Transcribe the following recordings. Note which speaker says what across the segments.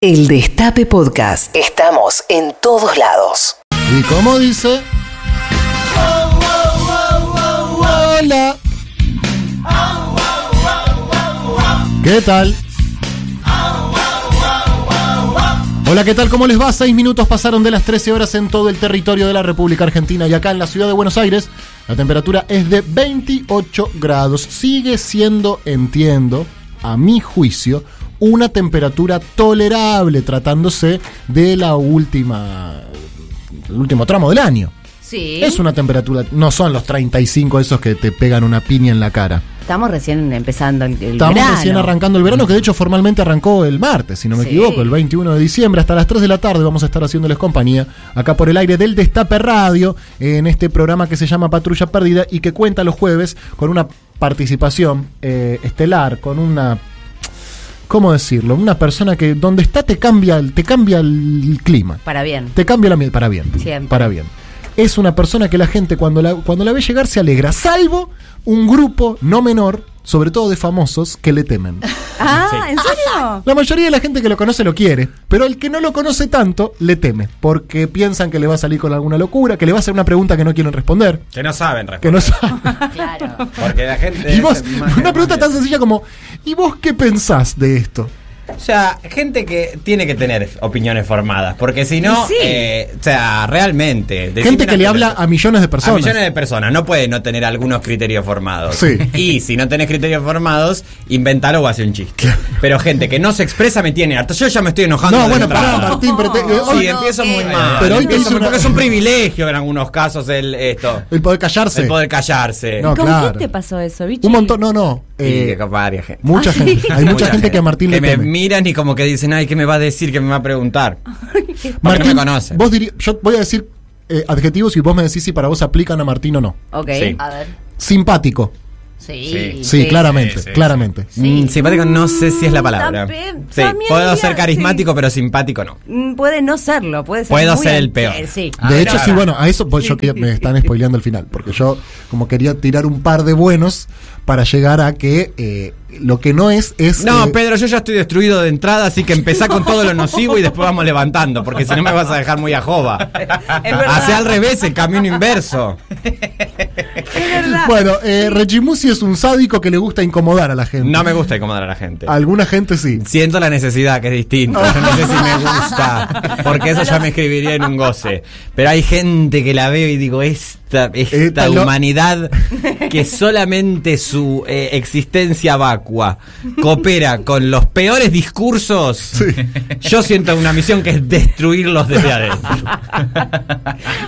Speaker 1: El Destape Podcast. Estamos en todos lados.
Speaker 2: Y como dice. Hola. ¿Qué tal? Hola, ¿qué tal? ¿Cómo les va? Seis minutos pasaron de las 13 horas en todo el territorio de la República Argentina y acá en la ciudad de Buenos Aires la temperatura es de 28 grados. Sigue siendo, entiendo, a mi juicio, una temperatura tolerable tratándose de la última el último tramo del año.
Speaker 3: Sí.
Speaker 2: Es una temperatura, no son los 35 esos que te pegan una piña en la cara.
Speaker 3: Estamos recién empezando el, el
Speaker 2: Estamos
Speaker 3: verano.
Speaker 2: recién arrancando el verano, que de hecho formalmente arrancó el martes, si no me
Speaker 3: Sí.
Speaker 2: equivoco, el 21 de diciembre. Hasta las 3 de la tarde vamos a estar haciéndoles compañía acá por el aire del Destape Radio, en este programa que se llama Patrulla Perdida y que cuenta los jueves con una participación eh, estelar, con una. ¿Cómo decirlo? Una persona que donde está te cambia, el- te cambia el clima.
Speaker 3: Para bien.
Speaker 2: Te cambia la miel para bien.
Speaker 3: Siempre.
Speaker 2: Para bien. Es una persona que la gente cuando la, cuando la ve llegar se alegra, salvo un grupo no menor, sobre todo de famosos, que le temen.
Speaker 4: Ah, ¿en serio?
Speaker 2: La mayoría de la gente que lo conoce lo quiere, pero el que no lo conoce tanto le teme, porque piensan que le va a salir con alguna locura, que le va a hacer una pregunta que no quieren responder,
Speaker 5: Que no saben
Speaker 2: que
Speaker 5: responder.
Speaker 2: no sabe.
Speaker 3: Claro.
Speaker 5: Porque la gente.
Speaker 2: Y
Speaker 5: es
Speaker 2: vos,
Speaker 5: más-
Speaker 2: una pregunta tan sencilla como, ¿y vos qué pensás de esto?
Speaker 5: O sea, gente que tiene que tener opiniones formadas. Porque si no.
Speaker 3: Sí.
Speaker 5: eh, o sea, realmente. decime
Speaker 2: Gente
Speaker 5: una
Speaker 2: que le
Speaker 5: cosa,
Speaker 2: habla a millones de
Speaker 5: A
Speaker 2: personas.
Speaker 5: millones de personas. No puede no tener algunos criterios formados.
Speaker 2: Sí.
Speaker 5: Y si no tenés criterios formados, inventalo o hace un chiste. Pero gente que no se expresa me tiene harto. Yo ya me estoy enojando.
Speaker 2: No,
Speaker 5: de
Speaker 2: bueno,
Speaker 5: entrada.
Speaker 2: pará, Martín, pero te- eh,
Speaker 5: Sí,
Speaker 2: hoy-
Speaker 5: empiezo
Speaker 4: no,
Speaker 5: muy
Speaker 4: qué
Speaker 5: mal.
Speaker 2: Pero hoy te
Speaker 5: Empiezo
Speaker 2: hice una-
Speaker 5: porque es un privilegio en algunos casos el esto.
Speaker 2: el poder callarse.
Speaker 5: El poder callarse.
Speaker 2: No,
Speaker 4: ¿Con
Speaker 2: claro.
Speaker 4: qué te pasó eso, bicho?
Speaker 2: Un montón, no, no.
Speaker 5: Y
Speaker 2: eh,
Speaker 5: Eh, que varias gente.
Speaker 2: Mucha
Speaker 4: Ah, sí.
Speaker 2: gente. Hay mucha, gente que a Martín
Speaker 5: que
Speaker 2: le
Speaker 5: me
Speaker 2: teme.
Speaker 5: miran y como que dicen, ay, ¿qué me va a decir? ¿Qué me va a preguntar? Porque
Speaker 2: Martín,
Speaker 5: no me conoce.
Speaker 2: Vos diri- yo voy a decir eh, adjetivos y vos me decís si para vos aplican a Martín o no.
Speaker 3: Ok,
Speaker 5: Sí.
Speaker 3: a ver.
Speaker 2: Simpático.
Speaker 3: Sí.
Speaker 2: Sí, claramente,
Speaker 5: sí, sí.
Speaker 2: claramente.
Speaker 3: Sí.
Speaker 5: Mm, simpático no sé si es la palabra.
Speaker 4: También-
Speaker 5: Sí,
Speaker 4: también
Speaker 5: puedo
Speaker 4: diría-
Speaker 5: ser carismático, pero simpático no.
Speaker 4: Mm, Puede no serlo, puede ser.
Speaker 5: Puedo
Speaker 4: muy
Speaker 5: ser el
Speaker 4: anti-
Speaker 5: peor.
Speaker 4: eh, Sí.
Speaker 5: Ah,
Speaker 2: de
Speaker 5: mira,
Speaker 2: hecho, sí,
Speaker 5: ahora.
Speaker 2: bueno, a eso voy yo que me están spoileando el final, porque yo como quería tirar un par de buenos para llegar a que eh, lo que no es es...
Speaker 5: No,
Speaker 2: eh,
Speaker 5: Pedro, yo ya estoy destruido de entrada, así que empezá con todo lo nocivo y después vamos levantando, porque si no me vas a dejar muy a jova.
Speaker 4: verdad.
Speaker 5: Hacia al revés, el camino inverso.
Speaker 4: Es verdad.
Speaker 2: Bueno, eh, Regimusi es un sádico que le gusta incomodar a la gente.
Speaker 5: No me gusta incomodar a la gente.
Speaker 2: Alguna gente sí.
Speaker 5: Siento la necesidad, que es distinto. Yo no sé si me gusta, porque eso ya me escribiría en un goce. Pero hay gente que la veo y digo, esta, esta
Speaker 2: Esta lo-
Speaker 5: humanidad que solamente su eh, existencia vacua coopera con los peores discursos, yo siento una misión que es destruirlos desde adentro.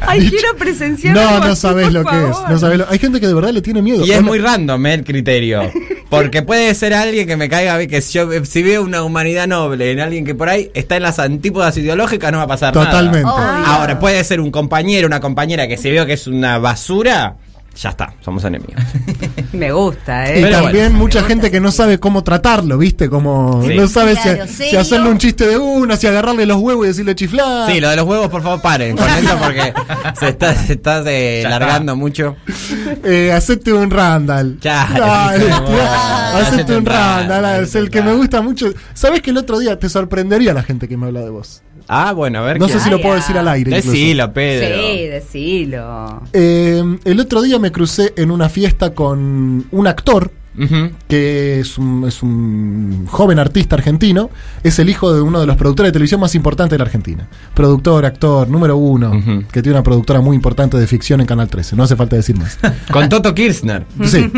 Speaker 4: Ay, quiero presenciar. algo
Speaker 2: No, no
Speaker 4: así,
Speaker 2: sabes
Speaker 4: por
Speaker 2: lo que es.
Speaker 4: favor.
Speaker 2: No sabés lo- Hay gente que de verdad le tiene miedo.
Speaker 5: Y es
Speaker 2: Bueno,
Speaker 5: muy random eh, el criterio. Porque puede ser alguien que me caiga, bien, que yo, eh, si veo una humanidad noble en alguien que por ahí está en las antípodas ideológicas, no va a pasar
Speaker 2: Totalmente.
Speaker 5: nada.
Speaker 3: Obvio.
Speaker 5: Ahora, puede ser un compañero, una compañera que si veo que es una basura, ya está, somos enemigos.
Speaker 4: Me gusta,
Speaker 2: Y
Speaker 4: ¿eh?
Speaker 5: Pero
Speaker 2: también
Speaker 5: bueno.
Speaker 2: mucha gente que no sabe cómo tratarlo, ¿viste? Como
Speaker 5: Sí.
Speaker 2: no sabe
Speaker 3: Claro,
Speaker 2: si,
Speaker 3: serio.
Speaker 2: si hacerle un chiste de una, si agarrarle los huevos y decirle chiflada.
Speaker 5: Sí, lo de los huevos, por favor, paren con eso porque se está, se está eh,
Speaker 6: Ya
Speaker 5: largando mucho.
Speaker 2: Eh, hacete un Randall.
Speaker 5: Ya,
Speaker 2: Dale,
Speaker 5: lo
Speaker 2: tía,
Speaker 5: hicimos.
Speaker 2: hacete un
Speaker 5: un
Speaker 2: Randall.
Speaker 5: Randall,
Speaker 2: Es el que me
Speaker 5: Randall.
Speaker 2: gusta mucho. ¿Sabes que el otro día te sorprendería la gente que me habla de vos?
Speaker 5: Ah, bueno, a ver.
Speaker 2: No
Speaker 5: quién-
Speaker 2: sé si lo puedo decir al aire. incluso.
Speaker 5: Decilo, Pedro.
Speaker 4: Sí, decilo.
Speaker 2: Eh, el otro día me crucé en una fiesta con un actor
Speaker 5: Ujú.
Speaker 2: que es un, es un joven artista argentino, es el hijo de uno de los productores de televisión más importantes de la Argentina. Productor, actor, número uno,
Speaker 5: Ujú.
Speaker 2: que tiene una productora muy importante de ficción en Canal 13, no hace falta decir más.
Speaker 5: Con Toto Kirchner.
Speaker 2: Sí.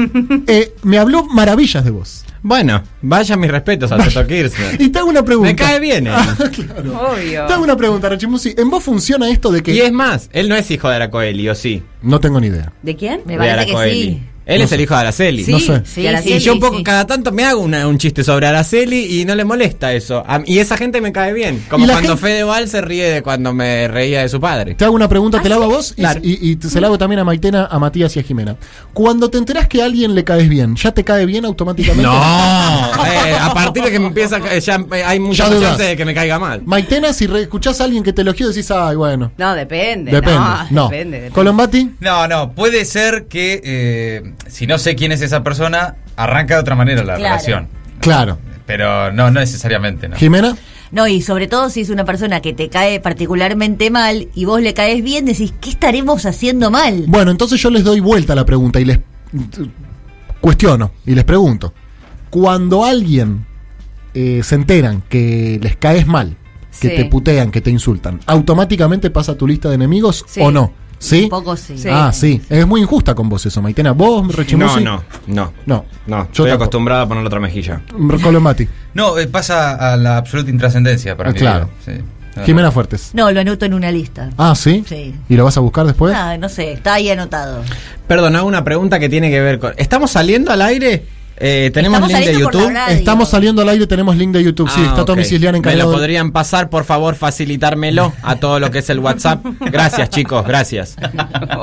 Speaker 2: Eh, me habló maravillas de vos.
Speaker 5: Bueno, vaya mis respetos a Toto Kirchner.
Speaker 2: Y te hago una pregunta. Ah,
Speaker 5: Me cae bien. eh. él.
Speaker 2: Claro.
Speaker 4: Obvio.
Speaker 2: Te hago una pregunta, Rachimusi. ¿En vos funciona esto de que...
Speaker 5: Y es más, él no es hijo de Aracoeli, ¿o sí?
Speaker 2: No tengo ni idea.
Speaker 4: ¿De quién?
Speaker 3: Me
Speaker 5: de
Speaker 3: parece que
Speaker 5: Aracoeli.
Speaker 3: sí.
Speaker 5: Él es el hijo de Araceli.
Speaker 3: Sí,
Speaker 2: No sé.
Speaker 3: sí,
Speaker 4: Y
Speaker 3: Araceli,
Speaker 5: y yo un poco
Speaker 3: sí.
Speaker 5: cada tanto me hago una- un chiste sobre Araceli y no le molesta eso. A- y esa gente me cae bien. Como
Speaker 2: Y la
Speaker 5: cuando
Speaker 2: gente-
Speaker 5: Fedeval se ríe de cuando me reía de su padre.
Speaker 2: Te hago una pregunta,
Speaker 3: Ah,
Speaker 2: te la hago a vos y,
Speaker 5: Claro.
Speaker 2: y- y te- se la hago también a Maitena, a Matías y a Jimena. Cuando te enterás que a alguien le caes bien, ¿ya te cae bien automáticamente?
Speaker 5: No, eh, a partir de que me empieza, eh, ya eh, hay mucha
Speaker 2: Ya
Speaker 5: chance
Speaker 2: dudás.
Speaker 5: de que me caiga mal.
Speaker 2: Maitena, si re- escuchás a alguien que te elogió, decís, ay, bueno.
Speaker 4: No, depende.
Speaker 2: Depende. No.
Speaker 4: Depende, depende.
Speaker 2: Colombati,
Speaker 6: No, no, puede ser que eh, si no sé quién es esa persona, arranca de otra manera la
Speaker 3: Claro.
Speaker 6: relación.
Speaker 2: claro.
Speaker 6: Pero no, no necesariamente, ¿no?
Speaker 2: Jimena,
Speaker 7: No, y sobre todo si es una persona que te cae particularmente mal y vos le caes bien, decís, ¿qué estaremos haciendo mal?
Speaker 2: Bueno, entonces yo les doy vuelta a la pregunta y les cuestiono y les pregunto. Cuando alguien eh, se enteran que les caes mal, que
Speaker 4: Sí.
Speaker 2: te putean, que te insultan, ¿automáticamente pasa a tu lista de enemigos
Speaker 4: Sí.
Speaker 2: o no? ¿Sí?
Speaker 7: Un poco sí.
Speaker 4: Sí.
Speaker 2: Ah, sí. Es muy injusta con vos eso, Maitena. ¿Vos,
Speaker 5: No,
Speaker 2: Rechimusi?
Speaker 5: no, no.
Speaker 2: No.
Speaker 5: No,
Speaker 2: Yo
Speaker 5: estoy
Speaker 2: tampoco.
Speaker 5: acostumbrado a poner la otra mejilla.
Speaker 2: Recolo Mati.
Speaker 6: No, eh, pasa a la absoluta intrascendencia para
Speaker 2: Ah,
Speaker 6: mí.
Speaker 2: claro.
Speaker 6: Sí. Ah,
Speaker 2: Jimena Fuertes.
Speaker 7: No, lo anoto en una lista.
Speaker 2: Ah, ¿sí?
Speaker 7: Sí.
Speaker 2: ¿Y lo vas a buscar después?
Speaker 7: Ah, no sé, está ahí anotado.
Speaker 5: Perdón, hago una pregunta que tiene que ver con. ¿Estamos saliendo al aire? Eh, ¿Tenemos
Speaker 7: Estamos
Speaker 5: link de
Speaker 7: saliendo por la
Speaker 5: YouTube?
Speaker 7: radio.
Speaker 2: Estamos saliendo al aire, tenemos link de YouTube. sí,
Speaker 5: Ah,
Speaker 2: está Tommy
Speaker 5: ok.
Speaker 2: Cislián
Speaker 5: ¿Me
Speaker 2: encargado.
Speaker 5: lo podrían pasar, por favor, facilitármelo a todo lo que es el WhatsApp? Gracias, chicos, gracias.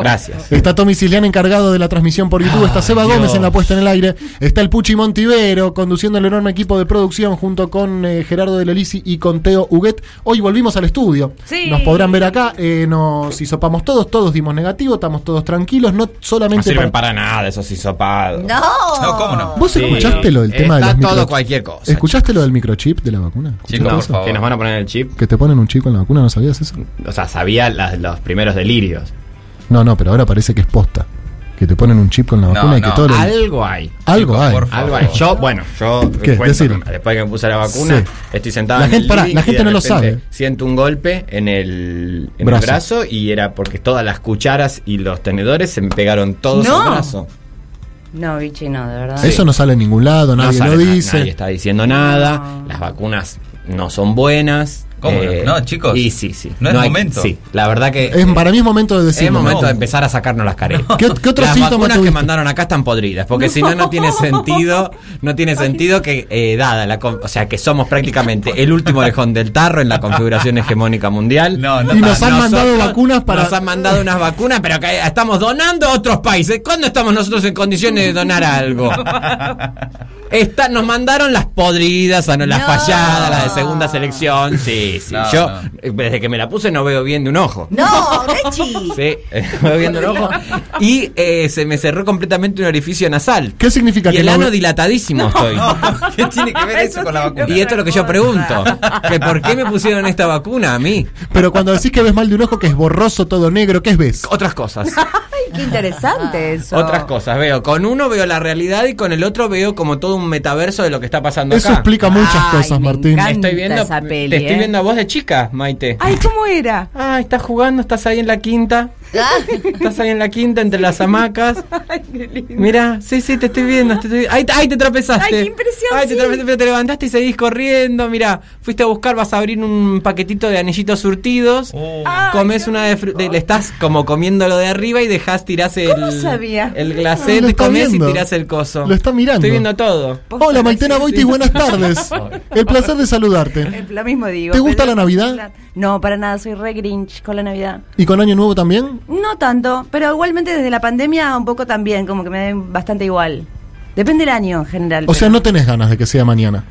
Speaker 5: Gracias.
Speaker 2: Está Tommy Cislián encargado de la transmisión por YouTube. Está
Speaker 5: Ay,
Speaker 2: Seba
Speaker 5: Ah, Dios.
Speaker 2: Gómez en la puesta en el aire. Está el Puchi Montivero conduciendo el enorme equipo de producción junto con eh, Gerardo de Lelisi y con Teo Huguet. Hoy volvimos al estudio.
Speaker 4: Sí.
Speaker 2: Nos podrán ver acá. eh, nos hisopamos todos. Todos dimos negativo. Estamos todos tranquilos. No
Speaker 5: No
Speaker 2: solamente.
Speaker 5: sirven
Speaker 2: para-
Speaker 5: para nada esos hisopados.
Speaker 7: No.
Speaker 6: No, ¿cómo no?
Speaker 2: ¿Vos
Speaker 5: Sí.
Speaker 2: escuchaste lo del tema de
Speaker 5: Está
Speaker 2: los
Speaker 5: todo
Speaker 2: micro-
Speaker 5: cualquier cosa.
Speaker 2: ¿Escuchaste lo del microchip de la vacuna?
Speaker 6: Chicos,
Speaker 2: ¿Escuchaste
Speaker 6: por
Speaker 5: No,
Speaker 2: eso?
Speaker 6: favor.
Speaker 5: que nos van a poner el chip.
Speaker 2: ¿Que te ponen un chico en la vacuna? ¿No sabías eso?
Speaker 5: O sea, sabía las- los primeros delirios.
Speaker 2: No, no, pero ahora parece que es posta. Que te ponen un chip con la
Speaker 6: No,
Speaker 2: vacuna y que
Speaker 6: no.
Speaker 2: todo lo-
Speaker 5: Algo hay.
Speaker 2: Algo
Speaker 6: Chicos,
Speaker 2: hay.
Speaker 6: por favor.
Speaker 5: Algo hay. Yo, bueno, yo
Speaker 2: ¿Qué?
Speaker 5: cuento,
Speaker 2: Decilo.
Speaker 5: después que me puse la vacuna,
Speaker 2: Sí.
Speaker 5: estoy sentado
Speaker 2: La
Speaker 5: en
Speaker 2: gente-
Speaker 5: el
Speaker 2: pará,
Speaker 5: living
Speaker 2: la
Speaker 5: y
Speaker 2: gente
Speaker 5: de
Speaker 2: no lo
Speaker 5: repente
Speaker 2: sabe.
Speaker 5: Siento un golpe en el, en el
Speaker 2: Brazo.
Speaker 5: brazo y era porque todas las cucharas y los tenedores se me pegaron todos
Speaker 4: No.
Speaker 5: el brazo.
Speaker 4: No, bichi, no, de verdad.
Speaker 2: Eso no sale en ningún lado,
Speaker 5: No
Speaker 2: nadie
Speaker 5: sabe,
Speaker 2: lo
Speaker 5: na-
Speaker 2: dice.
Speaker 5: nadie está diciendo nada.
Speaker 4: No.
Speaker 5: Las vacunas no son buenas. eh,
Speaker 6: ¿Cómo no? No, chicos.
Speaker 5: Y sí, sí.
Speaker 6: No es momento.
Speaker 5: Sí, la verdad que
Speaker 2: Es- para mí es momento de
Speaker 5: es
Speaker 2: decirlo.
Speaker 5: momento
Speaker 6: no.
Speaker 5: de empezar a sacarnos las caretas.
Speaker 2: ¿Qué- qué otro
Speaker 5: las
Speaker 2: síntoma
Speaker 5: vacunas
Speaker 2: tuviste?
Speaker 5: que mandaron acá están podridas, porque si no no tiene sentido, no tiene sentido que eh, dada la, con- o sea, que somos prácticamente el último orejón del tarro en la configuración hegemónica mundial.
Speaker 6: No, no
Speaker 2: Y nos
Speaker 6: está-
Speaker 2: han mandado vacunas para-
Speaker 5: Nos han mandado unas vacunas, pero que estamos donando a otros países. ¿Cuándo estamos nosotros en condiciones de donar algo? Esta- nos mandaron las podridas, a no- las
Speaker 7: No.
Speaker 5: falladas, las de segunda selección. Sí, sí.
Speaker 6: No,
Speaker 5: Yo,
Speaker 6: no.
Speaker 5: eh, desde que me la puse, no veo bien de un ojo.
Speaker 7: No, Rechi.
Speaker 5: Sí, me voy viendo el ojo. Y eh, se me cerró completamente un orificio nasal.
Speaker 2: ¿Qué significa
Speaker 5: y
Speaker 2: que
Speaker 5: el
Speaker 2: no
Speaker 5: ano
Speaker 2: ve-
Speaker 5: dilatadísimo estoy.
Speaker 6: No, ¿Qué tiene que ver eso con la
Speaker 4: Eso tiene
Speaker 6: vacuna?
Speaker 5: Y esto es lo que yo
Speaker 4: Otra
Speaker 5: pregunto.
Speaker 4: cosa.
Speaker 5: ¿Que ¿Por qué me pusieron esta vacuna a mí?
Speaker 2: Pero cuando decís que ves mal de un ojo, que es borroso, todo negro, ¿qué ves?
Speaker 5: Otras cosas.
Speaker 4: Ay, qué interesante eso.
Speaker 5: Ah. Otras cosas veo. Con uno veo la realidad y con el otro veo como todo un metaverso de lo que está pasando
Speaker 2: Eso
Speaker 5: acá.
Speaker 2: explica muchas
Speaker 4: Ay,
Speaker 2: cosas,
Speaker 4: me
Speaker 2: Martín.
Speaker 4: encanta.
Speaker 5: Estoy viendo,
Speaker 4: esa peli,
Speaker 5: te estoy
Speaker 4: eh.
Speaker 5: viendo a vos de chica, Maite.
Speaker 4: Ay, ¿cómo era?
Speaker 5: Ah, estás jugando, estás ahí en la quinta. Estás ahí en la quinta entre las hamacas.
Speaker 4: Ay, qué lindo.
Speaker 5: Mira, sí, sí, te estoy viendo. Te estoy... Ahí, ahí te tropezaste.
Speaker 4: Ay, qué impresión,
Speaker 5: Ahí te
Speaker 4: sí.
Speaker 5: tropezaste, pero te levantaste y seguís corriendo. Mira, fuiste a buscar, vas a abrir un paquetito de anillitos surtidos.
Speaker 6: Oh.
Speaker 4: Ay,
Speaker 5: Comes
Speaker 4: qué
Speaker 5: una de, fru- de- Le estás como comiendo lo de arriba y dejás, tirás el.
Speaker 4: ¿Cómo sabía?
Speaker 5: El
Speaker 2: Lo
Speaker 5: glacé,
Speaker 2: está
Speaker 5: comes
Speaker 2: viendo.
Speaker 5: y tirás el coso.
Speaker 2: Lo está mirando.
Speaker 5: Estoy viendo todo.
Speaker 2: Hola, Maitena Boitis, buenas tardes. El placer de saludarte.
Speaker 4: Eh, Lo mismo digo.
Speaker 2: ¿Te gusta
Speaker 4: pero-
Speaker 2: la Navidad?
Speaker 4: No, para nada, soy re grinch con la Navidad.
Speaker 2: ¿Y con Año Nuevo también?
Speaker 4: No tanto, pero igualmente desde la pandemia un poco también, como que me den bastante igual. Depende del año en general.
Speaker 2: O
Speaker 4: pero-
Speaker 2: sea, no tenés ganas de que sea mañana.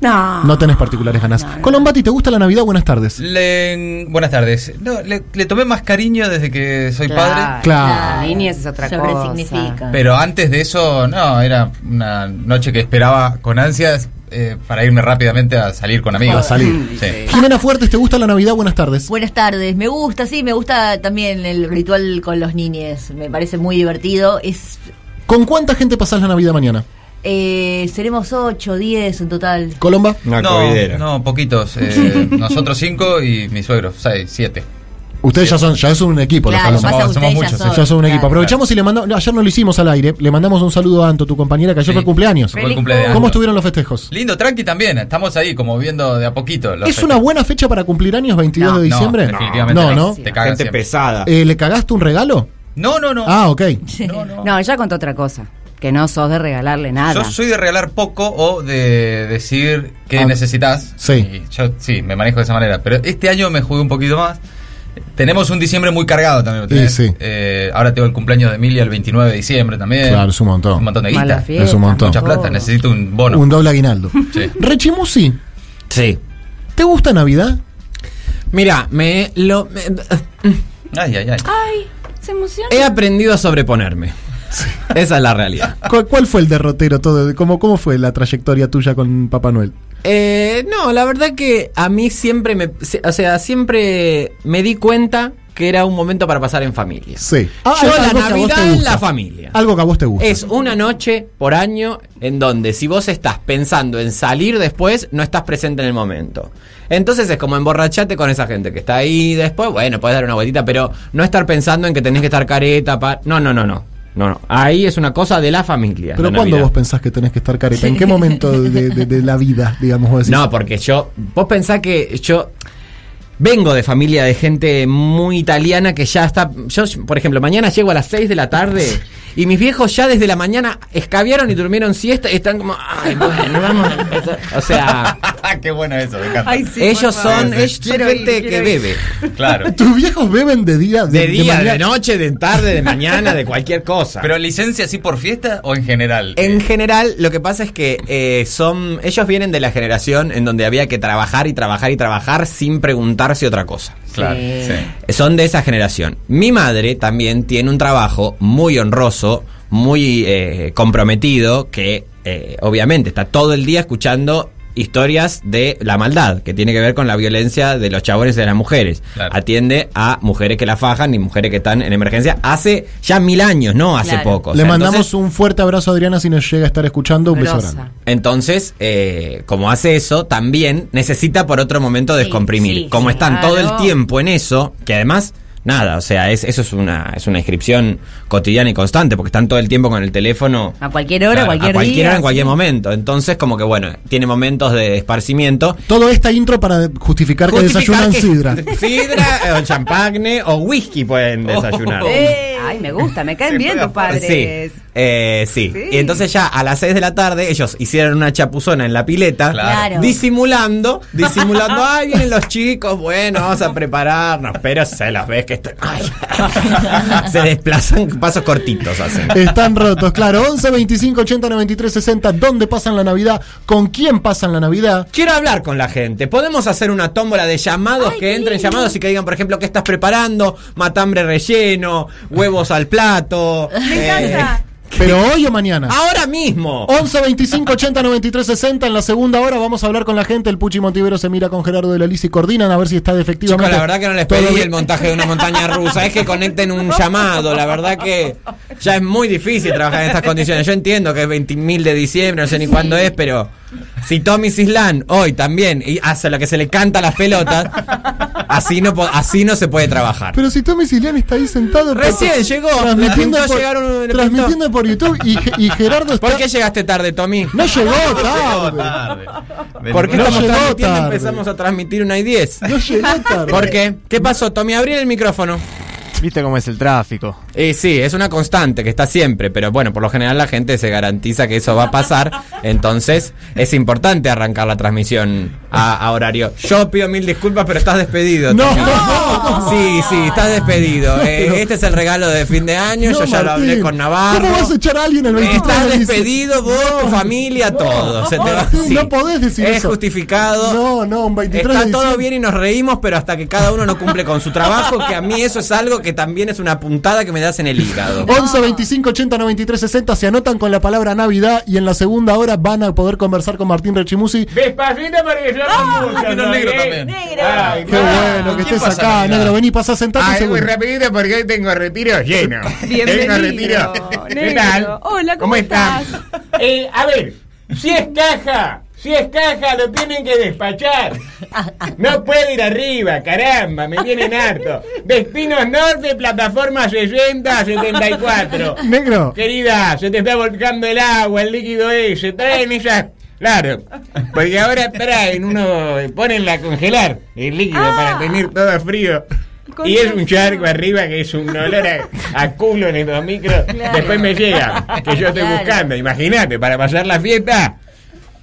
Speaker 4: no.
Speaker 2: No tenés particulares ganas. Colombati, ¿te gusta la Navidad? Buenas tardes.
Speaker 6: Le- buenas tardes. No, le, le tomé más cariño desde que soy padre.
Speaker 2: Claro.
Speaker 4: La niñez es otra cosa.
Speaker 7: Sobresignifica.
Speaker 6: Pero antes de eso, no, era una noche que esperaba con ansias eh, para irme rápidamente a salir con amigos.
Speaker 2: A salir.
Speaker 6: Sí.
Speaker 2: Jimena Fuertes, ¿te gusta la Navidad? Buenas tardes.
Speaker 7: Buenas tardes, me gusta, sí, me gusta también el ritual con los niñes, me parece muy divertido. Es
Speaker 2: ¿Con cuánta gente pasás la Navidad mañana?
Speaker 7: eh, Seremos 8, 10 en total.
Speaker 2: Colomba.
Speaker 5: Una
Speaker 6: No, no, poquitos. eh, nosotros cinco y mi suegro, seis, siete.
Speaker 2: Ustedes ya son, ya es un equipo, los
Speaker 7: Claro,
Speaker 2: Colomba.
Speaker 7: pasa
Speaker 6: somos-
Speaker 7: usted
Speaker 6: somos
Speaker 7: y ya
Speaker 6: muchos,
Speaker 7: soy,
Speaker 2: Ya son un equipo.
Speaker 7: claro.
Speaker 2: Aprovechamos y le mandamos. no, ayer no lo hicimos al aire. Le mandamos un saludo a Anto, tu compañera, que ayer
Speaker 6: Sí.
Speaker 2: fue cumpleaños.
Speaker 6: Fue el cumpleaños.
Speaker 2: ¿Cómo estuvieron los festejos?
Speaker 6: Lindo, tranqui también. Estamos ahí como viendo de a poquito. los
Speaker 2: ¿Es una
Speaker 6: festejos.
Speaker 2: buena fecha para cumplir años, 22 de
Speaker 6: No,
Speaker 2: diciembre?
Speaker 6: definitivamente
Speaker 2: no,
Speaker 6: no.
Speaker 2: no.
Speaker 6: Te cagas
Speaker 5: Gente
Speaker 6: siempre.
Speaker 5: pesada.
Speaker 2: Eh, ¿Le cagaste un regalo?
Speaker 6: No, no, no.
Speaker 2: Ah, ok.
Speaker 6: No, no.
Speaker 4: No, ella contó otra cosa. Que no sos de regalarle nada.
Speaker 6: Yo soy de regalar poco o de decir qué
Speaker 2: Ah,
Speaker 6: necesitas.
Speaker 2: sí.
Speaker 6: Y yo sí, me manejo de esa manera. Pero este año me jugué un poquito más. Tenemos un diciembre muy cargado también.
Speaker 2: Sí,
Speaker 6: ¿tenés?
Speaker 2: sí.
Speaker 6: Eh, ahora tengo el cumpleaños de Emilia el 29 de diciembre también.
Speaker 2: Claro, es un montón.
Speaker 6: Un montón de
Speaker 4: Mala
Speaker 6: guita.
Speaker 4: fiesta,
Speaker 2: Es un montón.
Speaker 6: Mucha plata,
Speaker 4: todo.
Speaker 6: necesito un bono.
Speaker 2: Un doble aguinaldo.
Speaker 6: Sí.
Speaker 2: Rechimusi,
Speaker 5: Sí.
Speaker 2: ¿te gusta Navidad?
Speaker 5: Mira, me lo. me-
Speaker 6: Ay, ay, ay.
Speaker 4: Ah.
Speaker 5: He aprendido a sobreponerme. Esa es la realidad.
Speaker 2: ¿Cu- ¿Cuál fue el derrotero todo? ¿Cómo, ¿Cómo fue la trayectoria tuya con Papá Noel?
Speaker 5: Eh, no, la verdad que a mí siempre me. se- O sea, siempre me di cuenta que era un momento para pasar en familia.
Speaker 2: Sí. Ah,
Speaker 5: Yo
Speaker 2: algo que
Speaker 5: la
Speaker 2: a vos te
Speaker 5: Navidad en
Speaker 2: gusta.
Speaker 5: la familia.
Speaker 2: Algo que a vos te gusta.
Speaker 5: Es una noche por año en donde si vos estás pensando en salir después, no estás presente en el momento. Entonces es como emborrachate con esa gente que está ahí después, bueno, puedes dar una vueltita, pero no estar pensando en que tenés que estar careta, pa- no, no, no, no. No, no. Ahí es una cosa de la familia.
Speaker 2: Pero
Speaker 5: la
Speaker 2: ¿cuándo
Speaker 5: Navidad.
Speaker 2: vos pensás que tenés que estar careta? ¿En qué momento de, de- de la vida, digamos? vos decís?
Speaker 5: No, porque yo. Vos pensás que yo. Vengo de familia de gente muy italiana que ya está. Yo, por ejemplo, mañana llego a las 6 de la tarde y mis viejos ya desde la mañana escabiaron y durmieron siesta y están como. Ay, bueno, vamos a empezar". O sea,
Speaker 6: Qué bueno eso, me encanta.
Speaker 4: Ay, sí,
Speaker 5: ellos
Speaker 4: por favor.
Speaker 5: son, ellos son
Speaker 4: Quiero ir,
Speaker 5: gente
Speaker 4: quiero
Speaker 5: que
Speaker 4: ir.
Speaker 5: bebe.
Speaker 6: Claro.
Speaker 2: Tus viejos beben de día,
Speaker 5: De día,
Speaker 2: manera-
Speaker 5: de noche, de tarde, de mañana, de cualquier cosa.
Speaker 6: ¿Pero licencia así por fiesta o en general?
Speaker 5: En
Speaker 6: Eh,
Speaker 5: general, lo que pasa es que eh, son. Ellos vienen de la generación en donde había que trabajar y trabajar y trabajar sin preguntarse otra cosa.
Speaker 6: Claro,
Speaker 3: Sí.
Speaker 6: sí.
Speaker 5: Son de esa generación. Mi madre también tiene un trabajo muy honroso, muy eh, comprometido, que eh, obviamente está todo el día escuchando historias de la maldad, que tiene que ver con la violencia de los chabones y de las mujeres.
Speaker 6: Claro.
Speaker 5: Atiende a mujeres que la fajan y mujeres que están en emergencia hace ya mil años, no hace
Speaker 7: Claro.
Speaker 5: poco. O
Speaker 2: Le
Speaker 5: sea,
Speaker 2: mandamos
Speaker 5: entonces-
Speaker 2: un fuerte abrazo a Adriana si nos llega a estar escuchando. Un beso
Speaker 3: Grosa.
Speaker 2: grande.
Speaker 5: entonces, eh, como hace eso, también necesita por otro momento descomprimir.
Speaker 7: sí,
Speaker 5: como
Speaker 7: sí,
Speaker 5: están todo el
Speaker 7: claro.
Speaker 5: tiempo en eso, que además, nada, o sea, es, eso es una, es una inscripción cotidiana y constante, porque están todo el tiempo con el teléfono.
Speaker 7: A cualquier hora,
Speaker 5: Claro,
Speaker 7: cualquier,
Speaker 5: a cualquier
Speaker 7: día.
Speaker 5: hora, en cualquier
Speaker 7: sí.
Speaker 5: momento. Entonces, como que bueno, tiene momentos de esparcimiento.
Speaker 2: Todo esta intro para justificar,
Speaker 5: Justificar
Speaker 2: que desayunan
Speaker 5: que-
Speaker 2: sidra.
Speaker 5: Sidra, o champagne, o whisky pueden
Speaker 7: Oh.
Speaker 5: desayunar.
Speaker 4: Eh,
Speaker 7: Eh,
Speaker 4: Ay, me gusta, me caen bien tus padres.
Speaker 5: Sí, eh, sí.
Speaker 4: Sí.
Speaker 5: Y entonces ya a las 6 de la tarde ellos hicieron una chapuzona en la pileta,
Speaker 7: Claro.
Speaker 5: disimulando, disimulando, ay, vienen los chicos, bueno, vamos a prepararnos, pero se las ves que están, ay. se desplazan pasos cortitos hacen.
Speaker 2: Están rotos, claro. 11, 25, 80, 93, 60. ¿Dónde pasan la Navidad? ¿Con quién pasan la Navidad?
Speaker 5: Quiero hablar con la gente. Podemos hacer una tómbola de llamados que entren llamados y que digan, por ejemplo, qué estás preparando, matambre relleno, huevos al plato.
Speaker 4: Me
Speaker 5: eh,
Speaker 4: encanta.
Speaker 2: ¿Pero hoy o mañana?
Speaker 5: ahora mismo.
Speaker 2: 11 25 80 93 60 en la segunda hora vamos a hablar con la gente el Puchi Montivero se mira con Gerardo de la Liz y coordinan a ver si está
Speaker 5: Chicos,
Speaker 2: efectivamente
Speaker 5: la verdad que no les
Speaker 2: todo
Speaker 5: pedí
Speaker 2: bien.
Speaker 5: el montaje de una montaña rusa, es que conecten un llamado, la verdad que ya es muy difícil trabajar en estas condiciones. Yo entiendo que es 20.000 de diciembre, no sé ni cuándo es, pero si Tommy Cislan hoy también y hace lo que se le canta a las pelotas, así no, po- así no se puede trabajar.
Speaker 2: pero si Tommy Silian está ahí sentado
Speaker 5: Recién
Speaker 2: porque-
Speaker 5: llegó,
Speaker 2: transmitiendo,
Speaker 5: justo
Speaker 2: por,
Speaker 5: llegaron-
Speaker 2: transmitiendo por YouTube y, Ge- y Gerardo está
Speaker 5: ¿Por qué llegaste tarde, Tommy?
Speaker 2: no llegó
Speaker 6: Llegó
Speaker 2: tarde
Speaker 6: tarde.
Speaker 5: ¿Por qué
Speaker 2: No
Speaker 5: estamos
Speaker 2: llegó
Speaker 5: transmitiendo?
Speaker 2: tarde.
Speaker 5: Empezamos a transmitir una I-10.
Speaker 2: no llegó tarde
Speaker 5: ¿Por qué? ¿Qué pasó, Tommy? Abrí el micrófono.
Speaker 8: Viste cómo es el tráfico.
Speaker 5: Y sí, es una constante que está siempre, pero bueno, por lo general la gente se garantiza que eso va a pasar, entonces es importante arrancar la transmisión a, a horario. Yo pido mil disculpas, pero estás despedido.
Speaker 2: No,
Speaker 5: Tommy.
Speaker 2: no, no.
Speaker 5: Sí, sí, estás despedido. Eh, este es el regalo de fin de año, yo
Speaker 2: No,
Speaker 5: ya lo
Speaker 2: Martín.
Speaker 5: hablé con Navarro.
Speaker 2: ¿Cómo vas a echar a alguien el 23
Speaker 5: Estás
Speaker 2: de diciembre?
Speaker 5: despedido vos, tu familia, todo. Se te va-
Speaker 2: Martín,
Speaker 5: sí.
Speaker 2: no podés decir
Speaker 5: es
Speaker 2: eso.
Speaker 5: justificado.
Speaker 2: No, no, un 23 de
Speaker 5: Está todo
Speaker 2: diciembre.
Speaker 5: bien y nos reímos, pero hasta que cada uno no cumple con su trabajo, que a mí eso es algo que también es una puntada que me das en el hígado.
Speaker 2: 11 25 80 93 60 se anotan con la palabra Navidad y en la segunda hora van a poder conversar con Martín Rechimusi.
Speaker 4: Ah.
Speaker 6: Vino el negro también.
Speaker 9: Ah,
Speaker 2: Qué
Speaker 5: Ah,
Speaker 2: bueno que
Speaker 6: ¿Quién
Speaker 2: estés
Speaker 6: pasa
Speaker 2: acá,
Speaker 6: Navidad?
Speaker 2: negro. Vení, pasá, sentate
Speaker 5: eh,
Speaker 2: un segundo.
Speaker 9: rapidito porque hoy tengo retiro lleno.
Speaker 4: Bienvenido, negro. Hola, ¿cómo estás?
Speaker 9: Eh, a ver, si es caja, si es caja, lo tienen que despachar. No puedo ir arriba, caramba, me tienen harto. Destinos Norte, plataforma 60, 74.
Speaker 2: Negro,
Speaker 9: Querida, se te está volcando el agua, el líquido ese. Traen esas. Claro, porque ahora traen uno, ponen a congelar el líquido para tener todo frío.
Speaker 4: Ah. Con
Speaker 9: Y es un
Speaker 4: razón.
Speaker 9: charco arriba que es un olor a, a culo en estos micros. Después me llega, que yo estoy
Speaker 7: Claro.
Speaker 9: buscando, imagínate, para pasar la fiesta.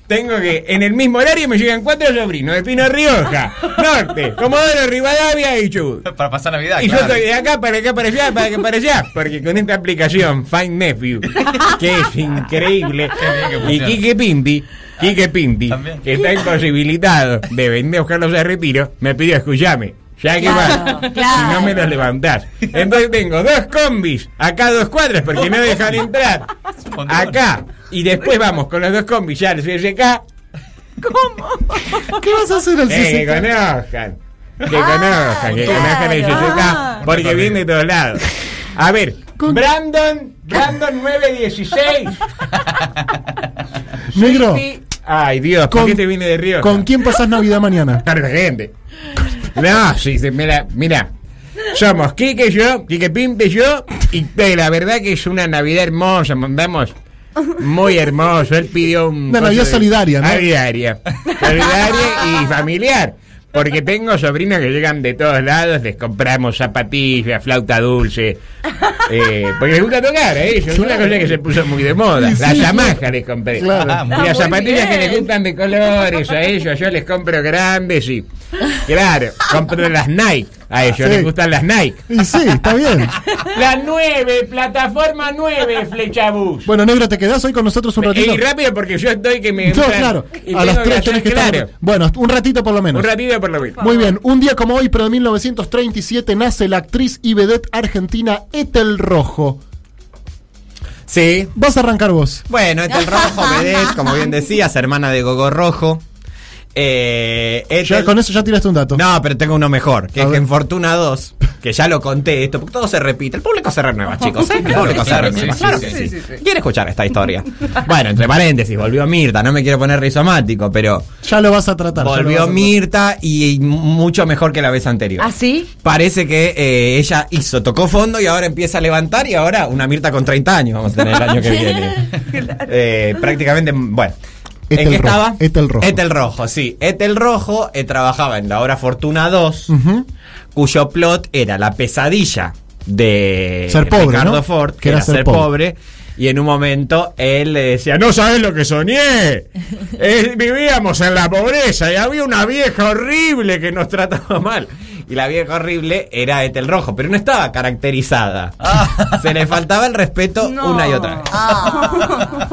Speaker 9: Tengo que, en el mismo horario me llegan cuatro sobrinos de Pino Rioja, Norte, Comodoro Rivadavia y Chubut.
Speaker 6: Para pasar Navidad,
Speaker 9: Y yo
Speaker 6: claro.
Speaker 9: estoy de acá para acá para allá, para acá para allá, porque con esta aplicación Find Nephew, que es increíble,
Speaker 6: bien que
Speaker 9: y
Speaker 6: funciona.
Speaker 9: Quique Pimpi, Quique Pimpi,
Speaker 6: También.
Speaker 9: que está imposibilitado de venir a buscarlos a retiro, me pidió escuchame. Ya que
Speaker 7: Claro,
Speaker 9: va,
Speaker 7: claro.
Speaker 9: si no me los levantás. Entonces tengo dos combis, acá dos cuadras, porque no dejan entrar.
Speaker 6: montón.
Speaker 9: Acá. Y después vamos con los dos combis ya al CSK.
Speaker 2: ¿Qué vas a hacer al
Speaker 9: Eh, que
Speaker 2: 60?
Speaker 9: conozcan.
Speaker 2: Ah,
Speaker 9: Que conozcan, que conozcan el
Speaker 7: claro.
Speaker 9: Yusuka, porque viene de todos lados. A ver, Brandon, Brandon 916.
Speaker 2: Negro,
Speaker 9: Sí. Ay, Dios, ¿por
Speaker 2: Con-
Speaker 9: qué te viene de Río?
Speaker 2: ¿con quién pasás Navidad mañana?
Speaker 9: gente. No, sí, sí, mira, mira. Somos Quique yo, Quique Pimpe yo, y eh, la verdad que es una Navidad hermosa, mandamos muy hermoso. Él pidió un...
Speaker 2: Una
Speaker 9: coso
Speaker 2: Navidad
Speaker 9: de-
Speaker 2: solidaria, ¿no?
Speaker 9: Solidaria. Solidaria y familiar. Porque tengo sobrinos que llegan de todos lados, les compramos zapatillas, flauta dulce. eh, porque les gusta tocar, ¿eh? Es una cosa que se puso muy de moda.
Speaker 2: Y
Speaker 9: La
Speaker 2: sí,
Speaker 9: Yamaha les compré.
Speaker 2: Claro.
Speaker 6: Ah, muy
Speaker 9: Y las
Speaker 7: bien.
Speaker 9: zapatillas que les gustan de colores a ellos, yo les compro grandes y. Claro, compro las Nike. A ellos
Speaker 2: Sí.
Speaker 9: les gustan las Nike.
Speaker 2: Y sí, está bien.
Speaker 9: La 9, plataforma 9, Flechabús.
Speaker 2: Bueno, Negro, ¿te quedás hoy con nosotros un ratito?
Speaker 9: Y rápido porque yo estoy que me.
Speaker 2: No, claro.
Speaker 9: y
Speaker 2: A las 3
Speaker 9: tengo
Speaker 2: tenés
Speaker 9: hacer
Speaker 2: que
Speaker 9: claro.
Speaker 2: estar. Bueno, un ratito por lo menos.
Speaker 9: Un ratito por lo menos.
Speaker 2: Muy bien, un día como hoy, pero de 1937, nace la actriz y vedette argentina Ethel Rojo.
Speaker 5: Sí.
Speaker 2: Vas a arrancar vos.
Speaker 5: Bueno, Ethel Rojo, Medet, como bien decías, hermana de Gogo Rojo. Eh,
Speaker 2: Ya,
Speaker 5: Ethel-
Speaker 2: con eso ya tiraste un dato.
Speaker 5: No, pero tengo uno mejor, que
Speaker 2: A
Speaker 5: es
Speaker 2: ver.
Speaker 5: que en Fortuna 2, que ya lo conté esto, porque todo se repite. El público se renueva, chicos. ¿eh? El
Speaker 6: Claro,
Speaker 5: público se
Speaker 6: claro,
Speaker 5: renueva.
Speaker 6: sí,
Speaker 5: claro
Speaker 6: sí,
Speaker 5: que
Speaker 6: sí,
Speaker 5: sí. Quiere escuchar esta historia. Bueno, entre paréntesis, volvió Mirta. No me quiero poner rizomático, pero
Speaker 2: Ya lo vas a tratar. ya lo vas a
Speaker 5: volvió
Speaker 2: tratar.
Speaker 5: Mirta y mucho mejor que la vez anterior.
Speaker 4: ¿Ah, sí?
Speaker 5: Parece que eh, ella hizo, tocó fondo y ahora empieza a levantar y ahora una Mirta con 30 años vamos a tener el año que viene. Eh, prácticamente, bueno.
Speaker 2: Ethel
Speaker 5: ¿En qué
Speaker 2: Rojo,
Speaker 5: estaba?
Speaker 2: Ethel Rojo.
Speaker 5: Ethel Rojo, sí. Ethel Rojo eh, trabajaba en la obra Fortuna 2,
Speaker 2: Ujú.
Speaker 5: cuyo plot era la pesadilla de
Speaker 2: Ser pobre,
Speaker 5: Ricardo
Speaker 2: ¿no?
Speaker 5: Ford, que era, ser, pobre. Y en un momento él le decía, no sabes lo que soñé. Eh, vivíamos en la pobreza y había una vieja horrible que nos trataba mal. Y la vieja horrible era Ethel Rojo, pero no estaba caracterizada. Se le faltaba el respeto
Speaker 4: No.
Speaker 5: una y otra vez.
Speaker 7: Ah.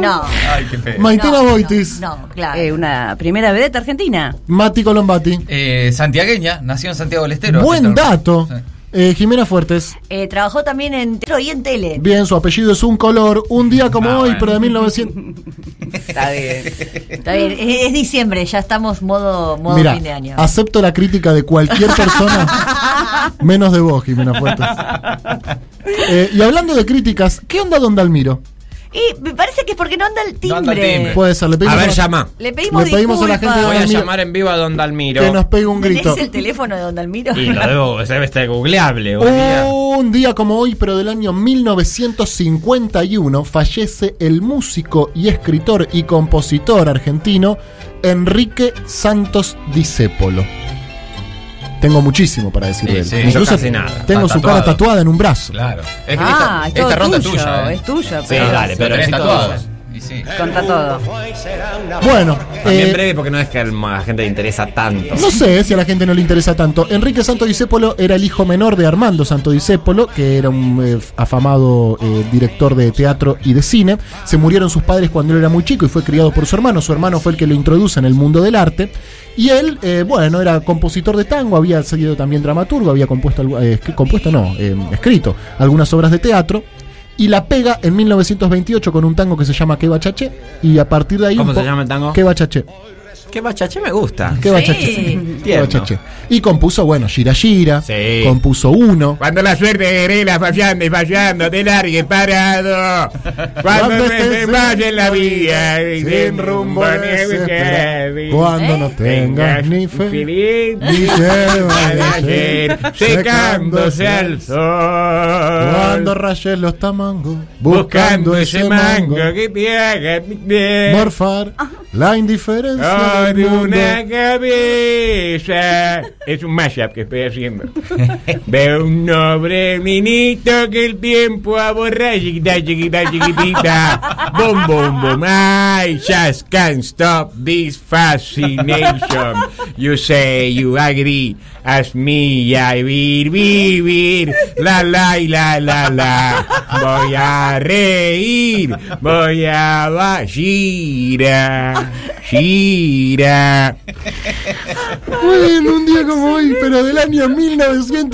Speaker 7: No.
Speaker 6: Ay, qué feo.
Speaker 2: Maitena
Speaker 7: no,
Speaker 2: Boitis,
Speaker 7: No, no, claro.
Speaker 4: Eh, una primera vedette argentina.
Speaker 2: Mati Colombati.
Speaker 6: Eh, santiagueña, nació en Santiago del Estero.
Speaker 2: Buen
Speaker 6: Ethel Rojo.
Speaker 2: dato.
Speaker 6: Sí.
Speaker 2: Eh, Jimena Fuertes.
Speaker 7: Eh, trabajó también en teatro y en tele.
Speaker 2: Bien, su apellido es un color. Un día como
Speaker 6: Ah,
Speaker 2: hoy,
Speaker 6: bueno.
Speaker 2: pero de 1900.
Speaker 4: Está bien.
Speaker 7: Está bien, es, es diciembre, ya estamos modo, modo
Speaker 2: Mira,
Speaker 7: fin de año.
Speaker 2: acepto la crítica de cualquier persona, menos de vos, Jimena Fuertes. Eh, y hablando de críticas, ¿qué onda Don Dalmiro?
Speaker 7: Y me parece que es porque no anda el timbre.
Speaker 6: No anda el timbre.
Speaker 2: Puede ser, le pedimos
Speaker 5: Eh. A ver,
Speaker 2: la-
Speaker 5: llama.
Speaker 7: Le pedimos
Speaker 2: Le pedimos a la
Speaker 7: disculpas.
Speaker 2: gente
Speaker 5: Voy a
Speaker 2: Dalmiro.
Speaker 5: llamar en vivo a Don Dalmiro.
Speaker 2: que nos pegue un
Speaker 7: ¿Tenés
Speaker 2: grito.
Speaker 7: el teléfono de Don Dalmiro?
Speaker 5: Y lo debo, debe estar googleable. hoy día.
Speaker 2: Un día como hoy, pero del año 1951, fallece el músico y escritor y compositor argentino Enrique Santos Discépolo. Tengo muchísimo para decir de él.
Speaker 6: Sí, sí,
Speaker 5: yo casi nada.
Speaker 2: Tengo
Speaker 6: Está
Speaker 2: su cara
Speaker 6: tatuado.
Speaker 2: tatuada en un brazo.
Speaker 6: Claro. Es que
Speaker 4: Ah, es
Speaker 6: esta,
Speaker 4: todo
Speaker 6: esta ronda es
Speaker 4: tuyo,
Speaker 6: tuya. eh.
Speaker 4: es tuya.
Speaker 5: Sí, dale,
Speaker 6: Lo
Speaker 5: pero
Speaker 6: tenés
Speaker 5: es todo
Speaker 6: tatuados.
Speaker 5: tuyo.
Speaker 6: Y sí.
Speaker 4: Conta todo.
Speaker 2: Bueno,
Speaker 5: También
Speaker 2: eh,
Speaker 5: breve porque no es que a la gente le interesa tanto.
Speaker 2: No sé si a la gente no le interesa tanto. Enrique Santo Discépolo era el hijo menor de Armando Santo Discépolo, que era un eh, afamado eh, director de teatro y de cine. Se murieron sus padres cuando él era muy chico y fue criado por su hermano. Su hermano fue el que lo introduce en el mundo del arte. Y él, eh, bueno, era compositor de tango, había sido también dramaturgo, había compuesto, algu- eh, escri- compuesto no, eh, escrito algunas obras de teatro. Y la pega en 1928 con un tango que se llama Que Bachache. Y a partir de ahí.
Speaker 5: ¿Cómo se llama el tango?
Speaker 2: Que Bachache.
Speaker 5: Qué bachache me gusta.
Speaker 2: Qué bachache. Qué
Speaker 5: Tierno.
Speaker 2: bachache. Y compuso, bueno, Gira Gira.
Speaker 5: Sí.
Speaker 2: Compuso uno.
Speaker 9: Cuando la suerte grela fallando y fallando, te largue parado. Cuando
Speaker 2: estés
Speaker 9: te se vaya en la vía y sin rumbo ni
Speaker 2: desesperado,
Speaker 9: buscar.
Speaker 2: Cuando no tengas ni fe. Ni
Speaker 9: Feliz
Speaker 2: lleva
Speaker 9: de ayer, secándose al
Speaker 2: Cuando
Speaker 9: sol.
Speaker 2: rayes los tamangos.
Speaker 9: Buscando ese mango que te haga bien.
Speaker 2: Morfar la indiferencia.
Speaker 9: Con
Speaker 2: del mundo.
Speaker 9: una cabeza. Es un mashup que estoy haciendo. Veo un noble minito que el tiempo aborra. Chiquita, chiquita, chiquitita. Boom, boom, boom. I just can't stop this fascination. You say you agree. As me, I will vivir. La, la, y la, la, la. Voy a reír. Voy a ba- Gira. Gira.
Speaker 2: Muy bien, un día como hoy, pero del año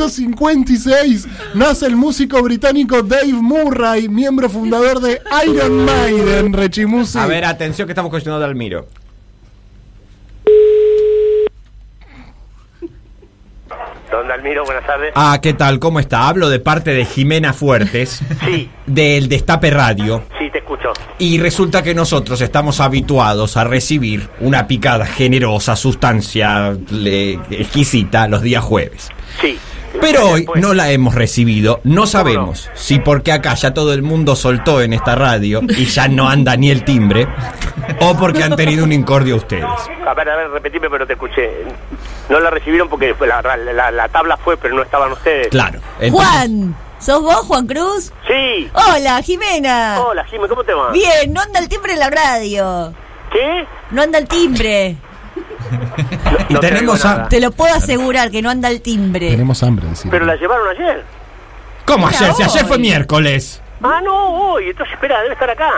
Speaker 2: 1956, nace el músico británico Dave Murray, miembro fundador de Iron Maiden, Rechimusi.
Speaker 5: A ver, atención que estamos cocinando Dalmiro.
Speaker 10: Don Dalmiro, buenas tardes.
Speaker 9: Ah, ¿qué tal? ¿Cómo está? Hablo de parte de Jimena Fuertes,
Speaker 10: Sí,
Speaker 9: del Destape Radio.
Speaker 10: sí, te escucho.
Speaker 9: Y resulta que nosotros estamos habituados a recibir una picada generosa, sustancia le- exquisita los días jueves.
Speaker 10: Sí.
Speaker 9: Pero hoy no la hemos recibido, no sabemos si porque acá ya todo el mundo soltó en esta radio y ya no anda ni el timbre, o porque han tenido un incordio ustedes.
Speaker 10: A ver, a ver, repetime, pero te escuché. No la recibieron porque fue la, la- la tabla fue, pero no estaban ustedes.
Speaker 9: Claro.
Speaker 7: Juan, ¿sos vos, Juan Cruz?
Speaker 10: Sí.
Speaker 7: Hola,
Speaker 9: Ah.
Speaker 7: Jimena.
Speaker 10: Hola, Jimmy, ¿cómo te va?
Speaker 7: Bien, no anda el timbre en la radio.
Speaker 10: ¿Qué?
Speaker 7: No anda el timbre.
Speaker 9: Y tenemos a-
Speaker 7: Te lo puedo asegurar que no anda el timbre.
Speaker 2: Tenemos hambre encima.
Speaker 10: Pero la llevaron ayer.
Speaker 9: ¿Cómo
Speaker 7: Era
Speaker 9: ayer? Si ayer fue
Speaker 7: hoy.
Speaker 9: miércoles.
Speaker 10: Ah, no, hoy. Entonces, espera, debe estar acá.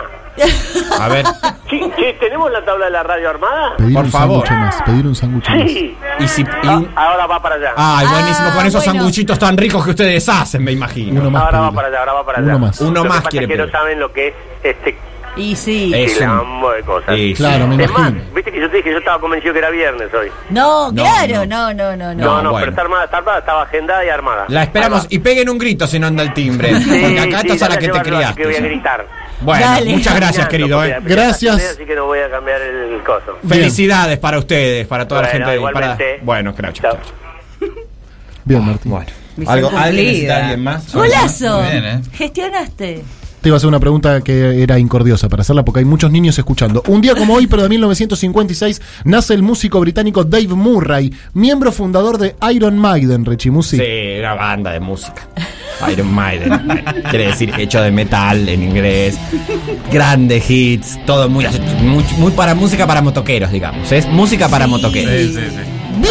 Speaker 9: A ver,
Speaker 10: Sí, sí, ¿tenemos la tabla de la radio armada?
Speaker 2: Pedir
Speaker 9: Por
Speaker 2: un
Speaker 9: favor.
Speaker 2: sándwich más. Pedir un sándwich más.
Speaker 10: Sí.
Speaker 9: y si... y
Speaker 10: Ah,
Speaker 9: un-
Speaker 10: ahora va para allá.
Speaker 9: Ay, buenísimo,
Speaker 7: Ah,
Speaker 9: con esos
Speaker 7: bueno.
Speaker 9: sanguchitos tan ricos que ustedes hacen, me imagino.
Speaker 2: Uno más.
Speaker 10: ahora va
Speaker 2: pedilo.
Speaker 10: para allá, ahora va para allá.
Speaker 2: Uno más.
Speaker 9: Uno
Speaker 10: Lo que
Speaker 9: más
Speaker 10: pasa
Speaker 9: quiere
Speaker 10: es que no
Speaker 9: pedir.
Speaker 10: saben lo que es este
Speaker 7: Y sí.
Speaker 9: Es un-
Speaker 10: quilombo de cosas.
Speaker 9: Sí,
Speaker 2: Claro, me
Speaker 10: Es más,
Speaker 2: imagino.
Speaker 10: viste que yo te dije, yo estaba convencido que era viernes hoy.
Speaker 7: No,
Speaker 9: No,
Speaker 7: claro, no, no, no,
Speaker 10: No,
Speaker 7: no.
Speaker 10: no,
Speaker 9: bueno.
Speaker 10: pero está armada, está armada, estaba agendada y armada.
Speaker 9: La esperamos
Speaker 10: Ahí
Speaker 9: y peguen un grito si no anda el timbre.
Speaker 10: va. Sí,
Speaker 9: Porque acá
Speaker 10: sí,
Speaker 9: estás a la
Speaker 10: ya
Speaker 9: que te
Speaker 10: llevaron, así que voy a
Speaker 9: criaste.
Speaker 10: gritar.
Speaker 9: Bueno,
Speaker 7: Dale.
Speaker 9: muchas gracias,
Speaker 10: Caminando,
Speaker 9: querido.
Speaker 10: porque
Speaker 9: eh.
Speaker 10: apenas
Speaker 2: Gracias.
Speaker 10: accioné, Así que no voy a cambiar el coso.
Speaker 9: Felicidades para ustedes, para toda
Speaker 10: Bueno,
Speaker 9: la gente. de- Para...
Speaker 10: igualmente.
Speaker 9: Bueno, creo, chao,
Speaker 10: Chao.
Speaker 9: chao.
Speaker 2: Bien, Martín.
Speaker 9: Bueno. ¿Algo,
Speaker 4: cumplida.
Speaker 9: ¿Alguien necesita alguien más?
Speaker 7: Golazo.
Speaker 6: Muy bien, ¿eh?
Speaker 7: Gestionaste.
Speaker 2: Te iba a hacer una pregunta que era incordiosa para hacerla porque hay muchos niños escuchando. Un día como hoy, pero de 1956, nace el músico británico Dave Murray, miembro fundador de Iron Maiden, Rechimusi.
Speaker 9: Sí, una banda de música. Iron Maiden. Quiere decir hecho de metal en inglés. Grandes hits. Todo muy, muy, muy para música para motoqueros, digamos. Es música para motoqueros.
Speaker 6: Sí, sí, sí.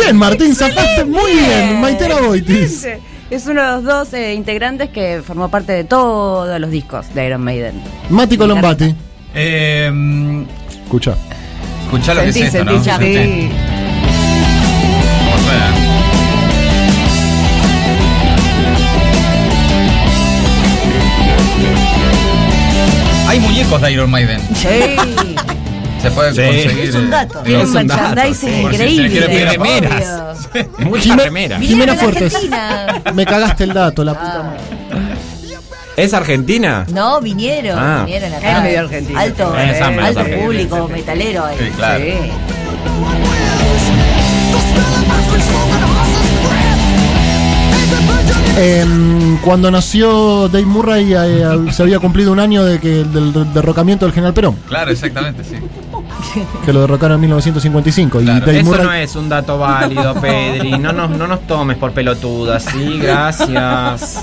Speaker 2: Bien, Martín, zafaste muy bien. Maitera Boitis.
Speaker 4: Es uno de los dos eh, integrantes que formó parte de todos los discos de Iron Maiden.
Speaker 2: Mati Colombati.
Speaker 6: Eh, mm,
Speaker 2: Escucha.
Speaker 6: escuchá lo que
Speaker 4: Sentí,
Speaker 6: es esto,
Speaker 4: sentí,
Speaker 6: ¿no?
Speaker 4: ya.
Speaker 6: Sentí.
Speaker 4: Sí.
Speaker 6: ¿Cómo suena? Hay muñecos de Iron Maiden.
Speaker 4: Sí.
Speaker 6: Se puede
Speaker 9: Sí.
Speaker 6: conseguir.
Speaker 7: Es un
Speaker 6: eh,
Speaker 7: dato.
Speaker 9: Es
Speaker 4: Un
Speaker 9: un dato,
Speaker 4: merchandising
Speaker 9: sí.
Speaker 6: por si se le
Speaker 4: increíble.
Speaker 6: quiere pedir a
Speaker 9: Y remeras.
Speaker 6: Pablo.
Speaker 9: Muchas
Speaker 2: Jime-
Speaker 9: remeras.
Speaker 2: Jimena
Speaker 7: Vinieron a
Speaker 2: Fuertes.
Speaker 7: Argentina.
Speaker 2: Me cagaste el dato,
Speaker 10: Ah.
Speaker 2: la puta madre.
Speaker 9: ¿Es Argentina?
Speaker 7: Ah, No, vinieron,
Speaker 9: Ah.
Speaker 7: vinieron acá.
Speaker 4: Es medio argentino.
Speaker 7: Alto,
Speaker 9: Eh, son medio
Speaker 7: alto
Speaker 9: argentinos,
Speaker 7: público, metalero ahí.
Speaker 6: Sí, claro.
Speaker 4: Sí.
Speaker 2: Em, cuando nació Dave Murray eh, eh, se había cumplido un año de que, del derrocamiento del general Perón,
Speaker 6: Claro, exactamente, sí.
Speaker 2: que lo derrocaron en 1955. Y
Speaker 6: Claro,
Speaker 2: Dave
Speaker 9: Eso
Speaker 2: Murray-
Speaker 9: no es un dato válido, Pedri. No nos, no nos tomes por pelotudas, sí, gracias.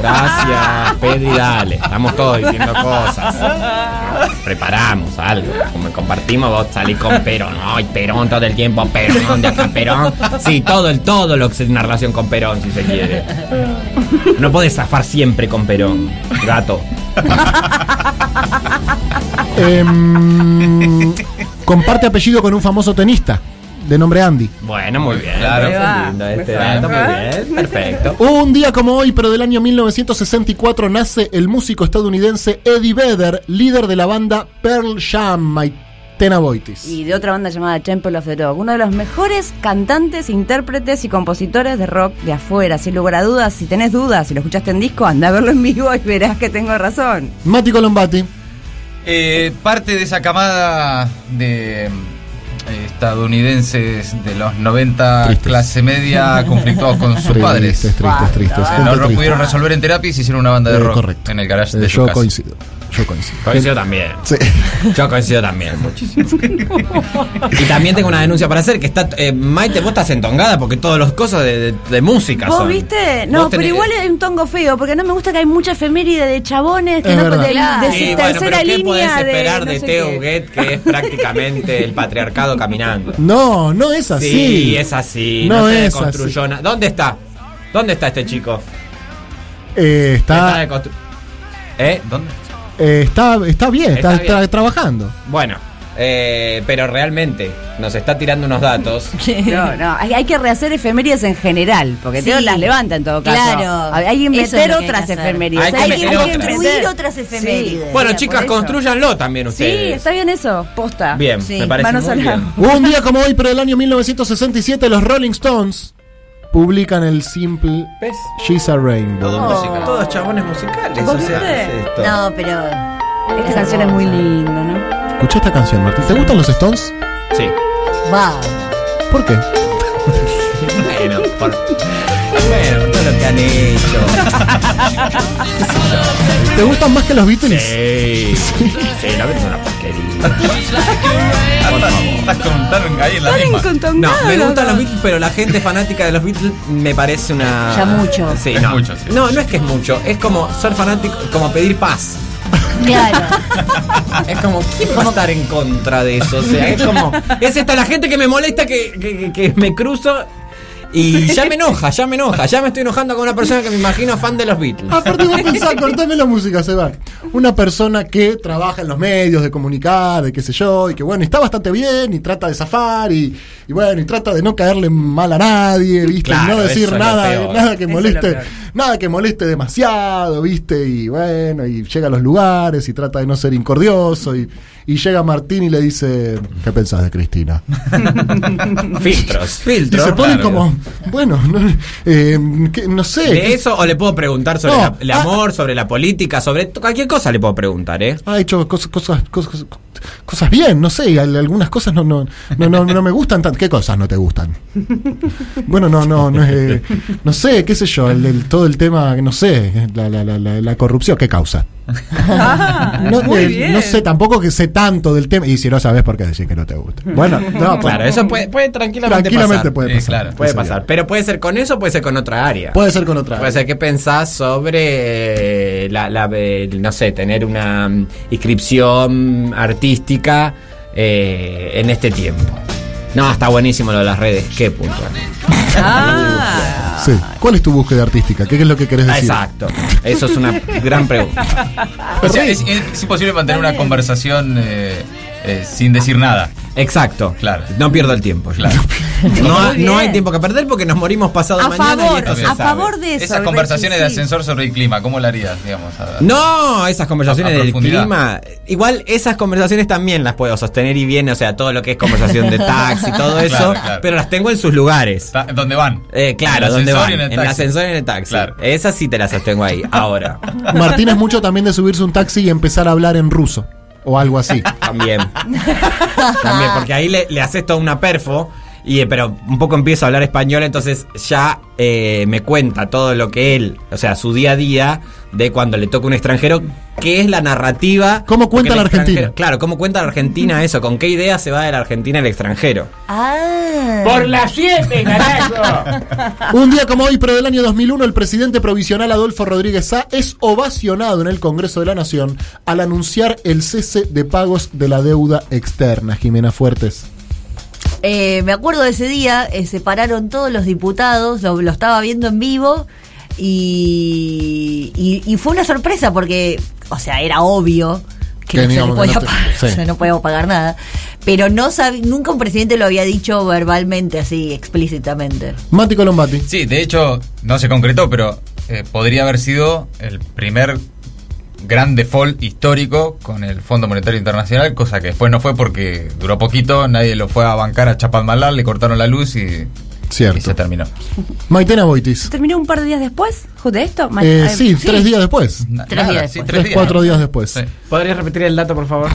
Speaker 9: Gracias, Pedri, dale. Estamos todos diciendo cosas. Preparamos algo. Como compartimos, vos salís con Perón. Ay, Perón todo el tiempo, Perón, de acá, Perón. Sí, todo el todo lo que es una relación con Perón, si se quiere. No podés zafar siempre con Perón, gato.
Speaker 2: Em, comparte apellido con un famoso tenista de nombre Andy.
Speaker 9: Bueno, muy bien.
Speaker 6: Claro.
Speaker 9: Muy
Speaker 4: va.
Speaker 9: lindo este
Speaker 4: Me
Speaker 9: dato,
Speaker 4: va.
Speaker 9: muy bien. Perfecto.
Speaker 2: Un día como hoy, pero del año 1964, nace el músico estadounidense Eddie Vedder, líder de la banda Pearl Jam, Maitena Boitis.
Speaker 4: Y de otra banda llamada Temple of the Dog, uno de los mejores cantantes, intérpretes y compositores de rock de afuera. Sin lugar a dudas, si tenés dudas, si lo escuchaste en disco, anda a verlo en vivo y verás que tengo razón.
Speaker 2: Mati Colombati.
Speaker 6: Eh, parte de esa camada de eh, estadounidenses de los 90
Speaker 2: Tristes.
Speaker 6: clase media conflictuados con sus padres.
Speaker 2: Tristes, tristes, tristes.
Speaker 6: Eh,
Speaker 2: Gente
Speaker 6: no lo
Speaker 2: triste.
Speaker 6: pudieron resolver en terapia y se hicieron una banda de
Speaker 2: Eh,
Speaker 6: rock
Speaker 2: correcto.
Speaker 6: en el garage
Speaker 2: Eh,
Speaker 6: de
Speaker 2: yo
Speaker 6: su casa.
Speaker 2: coincido. Yo coincido.
Speaker 9: Coincido también.
Speaker 2: Sí.
Speaker 9: Yo coincido también. Muchísimo. y también tengo una denuncia para hacer que está. eh, Maite, vos estás entongada porque todos los cosas de, de- de música
Speaker 4: ¿Vos
Speaker 9: son.
Speaker 4: viste?
Speaker 9: Vos
Speaker 4: No, pero
Speaker 9: tenés-
Speaker 4: igual hay un tongo feo, porque no me gusta que hay mucha efeméride de chabones que
Speaker 2: Es
Speaker 4: no
Speaker 2: verdad.
Speaker 4: de, de,
Speaker 7: Claro.
Speaker 9: Sí,
Speaker 4: de
Speaker 9: bueno, pero
Speaker 4: tercera
Speaker 9: ¿qué podés
Speaker 4: línea
Speaker 9: esperar de,
Speaker 4: no sé
Speaker 9: Teo
Speaker 4: qué.
Speaker 9: Huguet, que es prácticamente el patriarcado caminando?
Speaker 2: No, no es así.
Speaker 9: Sí, es así. No,
Speaker 2: No
Speaker 9: se
Speaker 2: es
Speaker 9: deconstruyó na- ¿Dónde está? ¿Dónde está este chico?
Speaker 2: Eh, está,
Speaker 9: Está deconstru- ¿Eh?
Speaker 6: ¿Dónde?
Speaker 2: eh, está, está bien, está,
Speaker 9: Está
Speaker 2: tra-
Speaker 9: bien.
Speaker 2: trabajando.
Speaker 9: Bueno, eh, pero realmente nos está tirando unos datos.
Speaker 4: No, no, hay, hay que rehacer efemérides en general, porque
Speaker 7: Sí.
Speaker 4: Teo las levanta en todo caso.
Speaker 7: Claro.
Speaker 4: Hay que
Speaker 7: Eso es
Speaker 4: meter
Speaker 7: lo que hay
Speaker 4: otras
Speaker 7: que hacer.
Speaker 4: efemérides.
Speaker 9: Hay que meter otras.
Speaker 7: Construir otras efemérides.
Speaker 4: Sí.
Speaker 9: Bueno,
Speaker 4: por
Speaker 9: chicas,
Speaker 4: eso.
Speaker 9: construyanlo también
Speaker 4: Sí,
Speaker 9: ustedes.
Speaker 4: está bien eso, posta.
Speaker 9: Bien,
Speaker 7: Sí.
Speaker 9: me parece
Speaker 4: Manos
Speaker 9: muy
Speaker 4: a la-
Speaker 9: bien.
Speaker 2: Un día como hoy, pero del año 1967, los Rolling Stones publican el simple
Speaker 5: ¿Ves?
Speaker 2: She's a Rainbow.
Speaker 5: Todo música, todos chabones musicales.
Speaker 4: ¿Vos
Speaker 5: o sea,
Speaker 4: viste?
Speaker 5: es esto.
Speaker 7: No, pero.
Speaker 4: Esta canción es muy linda, ¿no?
Speaker 2: Escucha esta canción, Martín. ¿Te gustan los Stones?
Speaker 5: Sí.
Speaker 7: Va.
Speaker 2: ¿Por qué?
Speaker 5: Bueno, por... bueno, todo lo que han hecho.
Speaker 2: ¿Te gustan más que los Beatles?
Speaker 5: Sí. Sí, la verdad es una porquería.
Speaker 6: Ah, Estás contando ahí en la misma.
Speaker 5: No, me
Speaker 4: los
Speaker 5: gustan
Speaker 4: dos.
Speaker 5: los Beatles, pero la gente fanática de los Beatles me parece una.
Speaker 7: Ya mucho.
Speaker 5: Sí,
Speaker 6: Es
Speaker 5: no.
Speaker 6: mucho, sí.
Speaker 5: No, no es que es mucho. Es como ser fanático, como pedir paz.
Speaker 7: Claro.
Speaker 5: Es como, ¿quién va a estar en contra de eso? O sea, es como, es esta la gente que me molesta que, que- que- que me cruzo y ya me enoja, ya me enoja, ya me estoy enojando con una persona que me imagino fan de los Beatles.
Speaker 2: Ah, Aparte vos pensás, cortame la música, Seba. Una persona que trabaja en los medios de comunicar, de qué sé yo, y que bueno, está bastante bien, y trata de zafar, y, y bueno, y trata de no caerle mal a nadie, viste,
Speaker 5: Claro,
Speaker 2: y no decir
Speaker 5: eso es lo
Speaker 2: nada,
Speaker 5: peor.
Speaker 2: nada que
Speaker 4: Eso es lo
Speaker 2: moleste,
Speaker 4: peor.
Speaker 2: nada que moleste demasiado, viste, y bueno, y llega a los lugares y trata de no ser incordioso, y, y llega Martín y le dice, ¿qué pensás de Cristina?
Speaker 5: Filtros,
Speaker 2: Y
Speaker 5: filtros.
Speaker 2: se ponen
Speaker 5: Claro.
Speaker 2: como, bueno, no, eh, que- no sé.
Speaker 5: ¿De
Speaker 2: ¿qué-
Speaker 5: eso o le puedo preguntar sobre
Speaker 2: No,
Speaker 5: la- el
Speaker 2: ah.
Speaker 5: amor, sobre la política, sobre t- cualquier cosa le puedo preguntar, ¿eh?
Speaker 2: ha hecho cosas cosas cosas cosas bien no sé y al- algunas cosas no no no no, no me gustan tanto qué cosas no te gustan bueno no no no eh, no sé qué sé yo el, el- todo el tema no sé la, la, la, la, la corrupción qué causa no,
Speaker 4: Ah, muy
Speaker 2: eh,
Speaker 4: bien.
Speaker 2: no sé tampoco que sé tanto del tema y si no sabes por qué decir que no te gusta bueno no,
Speaker 5: Claro, eso puede, puede tranquilamente,
Speaker 2: tranquilamente
Speaker 5: pasar. Eh,
Speaker 2: puede
Speaker 6: Sí,
Speaker 2: pasar
Speaker 6: claro,
Speaker 5: Puede
Speaker 2: Sí,
Speaker 5: pasar,
Speaker 2: claro.
Speaker 5: pero puede ser con eso, puede ser con otra área.
Speaker 2: puede ser con otra
Speaker 5: Puede ser que pensás sobre eh, la, la- eh, no sé, tener una mm, inscripción artística eh, en este tiempo. No, está buenísimo lo de las redes. Qué punto.
Speaker 4: Ah,
Speaker 2: sí. ¿cuál es tu búsqueda artística qué es lo que querés
Speaker 5: Ah,
Speaker 2: decir
Speaker 5: exacto. Eso es una gran pregunta.
Speaker 6: O sea, es, es imposible mantener una conversación eh, eh, sin decir nada.
Speaker 5: Exacto.
Speaker 6: Claro. pues,
Speaker 5: No pierdo el tiempo.
Speaker 6: Claro.
Speaker 5: No,
Speaker 4: Muy bien.
Speaker 5: no hay tiempo que perder porque nos morimos pasado
Speaker 4: A
Speaker 5: mañana.
Speaker 4: favor,
Speaker 5: y esto se
Speaker 4: a
Speaker 5: sabe.
Speaker 4: favor de eso.
Speaker 6: Esas
Speaker 4: Richie,
Speaker 6: conversaciones de
Speaker 4: sí.
Speaker 6: ascensor sobre el clima, ¿cómo la harías, digamos? A-
Speaker 5: No, esas conversaciones
Speaker 6: A- a
Speaker 5: del
Speaker 6: profundidad.
Speaker 5: clima. Igual esas conversaciones también las puedo sostener y bien, o sea, todo lo que es conversación de taxi, todo eso,
Speaker 6: Claro, claro.
Speaker 5: pero las tengo en sus lugares.
Speaker 6: Ta- ¿Dónde van?
Speaker 5: Eh, claro,
Speaker 6: En el
Speaker 5: ¿dónde
Speaker 6: ascensor
Speaker 5: van?
Speaker 6: y
Speaker 5: En el,
Speaker 6: taxi.
Speaker 5: ascensor y en el taxi. Eh.
Speaker 6: Claro.
Speaker 5: Esas sí te las sostengo ahí, ahora.
Speaker 2: Martín es mucho también de subirse a un taxi y empezar a hablar en ruso o algo así
Speaker 5: También. También, porque ahí le, le haces toda una perfo. Y, eh, pero un poco empiezo a hablar español, entonces ya eh, me cuenta todo lo que él, o sea, su día a día de cuando le toca un extranjero, qué es la narrativa.
Speaker 2: ¿Cómo cuenta
Speaker 5: porque el
Speaker 2: la Argentina?
Speaker 5: extranjero- Claro, cómo cuenta la Argentina eso, con qué idea se va de la Argentina el extranjero.
Speaker 7: Ah.
Speaker 9: Por las siete, carajo.
Speaker 2: Un día como hoy, pero del año 2001, el presidente provisional Adolfo Rodríguez Sá es ovacionado en el Congreso de la Nación al anunciar el cese de pagos de la deuda externa. Jimena Fuertes.
Speaker 7: Eh, me acuerdo de ese día, eh, se pararon todos los diputados, lo, lo estaba viendo en vivo y, y- y fue una sorpresa porque, o sea, era obvio
Speaker 2: Que
Speaker 7: que, no se le
Speaker 2: digamos que
Speaker 7: podía
Speaker 2: no te-
Speaker 7: pagar,
Speaker 2: sí.
Speaker 7: o sea, no podíamos pagar nada, pero no sab- nunca un presidente lo había dicho verbalmente así, explícitamente.
Speaker 2: Mati Colombati.
Speaker 6: Sí, de hecho, no se concretó, pero eh, podría haber sido el primer gran default histórico con el Fondo Monetario Internacional, cosa que después no fue porque duró poquito, nadie lo fue a bancar a Chapalmalal, le cortaron la luz y, y
Speaker 2: Cierto.
Speaker 6: se terminó.
Speaker 2: Maitena Boitis.
Speaker 4: ¿Terminó un par de días después? ¿Justo esto? Ma-
Speaker 2: Eh,
Speaker 4: ay,
Speaker 2: sí, tres días después.
Speaker 6: Na-
Speaker 7: Tres días
Speaker 6: sí,
Speaker 7: después.
Speaker 6: tres
Speaker 2: Tres,
Speaker 6: días,
Speaker 2: cuatro
Speaker 6: ¿no?
Speaker 2: días después.
Speaker 6: Sí.
Speaker 5: ¿Podrías repetir el dato, por favor?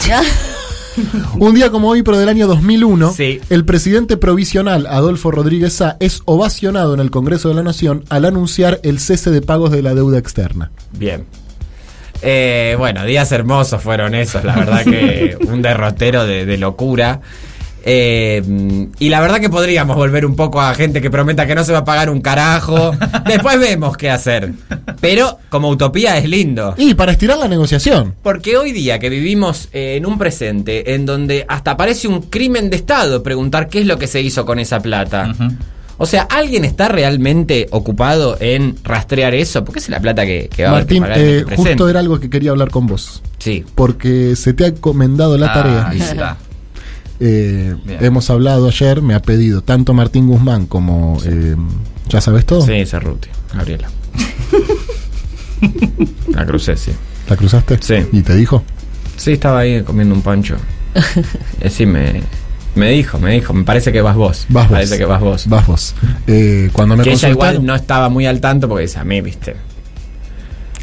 Speaker 2: Un día como hoy, pero del año 2001,
Speaker 5: Sí.
Speaker 2: el presidente provisional Adolfo Rodríguez Sá es ovacionado en el Congreso de la Nación al anunciar el cese de pagos de la deuda externa.
Speaker 5: Bien. Eh, bueno, días hermosos fueron esos, la verdad que un derrotero de, de locura. Eh, y la verdad que podríamos volver un poco a gente que prometa que no se va a pagar un carajo. Después vemos qué hacer. Pero como utopía es lindo.
Speaker 2: Y para estirar la negociación.
Speaker 5: Porque hoy día que vivimos eh, en un presente en donde hasta parece un crimen de Estado preguntar qué es lo que se hizo con esa plata.
Speaker 6: Ujú.
Speaker 5: O sea, ¿alguien está realmente ocupado en rastrear eso? Porque es la plata que, que va a haber que
Speaker 2: Martín,
Speaker 5: pagar en
Speaker 2: eh,
Speaker 5: este presente.
Speaker 2: justo era algo que quería hablar con vos.
Speaker 5: Sí.
Speaker 2: porque se te ha encomendado la
Speaker 6: Ah,
Speaker 2: tarea.
Speaker 6: ahí está.
Speaker 2: Eh,
Speaker 6: Bien.
Speaker 2: hemos hablado ayer, me ha pedido tanto Martín Guzmán como... eh, ¿Ya sabes todo?
Speaker 5: Sí, Cerruti, Gabriela. La crucé, sí.
Speaker 2: ¿La cruzaste?
Speaker 5: Sí.
Speaker 2: ¿Y te dijo?
Speaker 5: Sí, estaba ahí comiendo un pancho. Eh, Sí, me, Me dijo, me dijo, me parece que vas vos.
Speaker 2: Vas vos.
Speaker 5: Parece que vas vos.
Speaker 2: Vas vos. Eh, cuando me
Speaker 5: que ella
Speaker 2: consultaron.
Speaker 5: igual no estaba muy al tanto porque dice a mí, viste.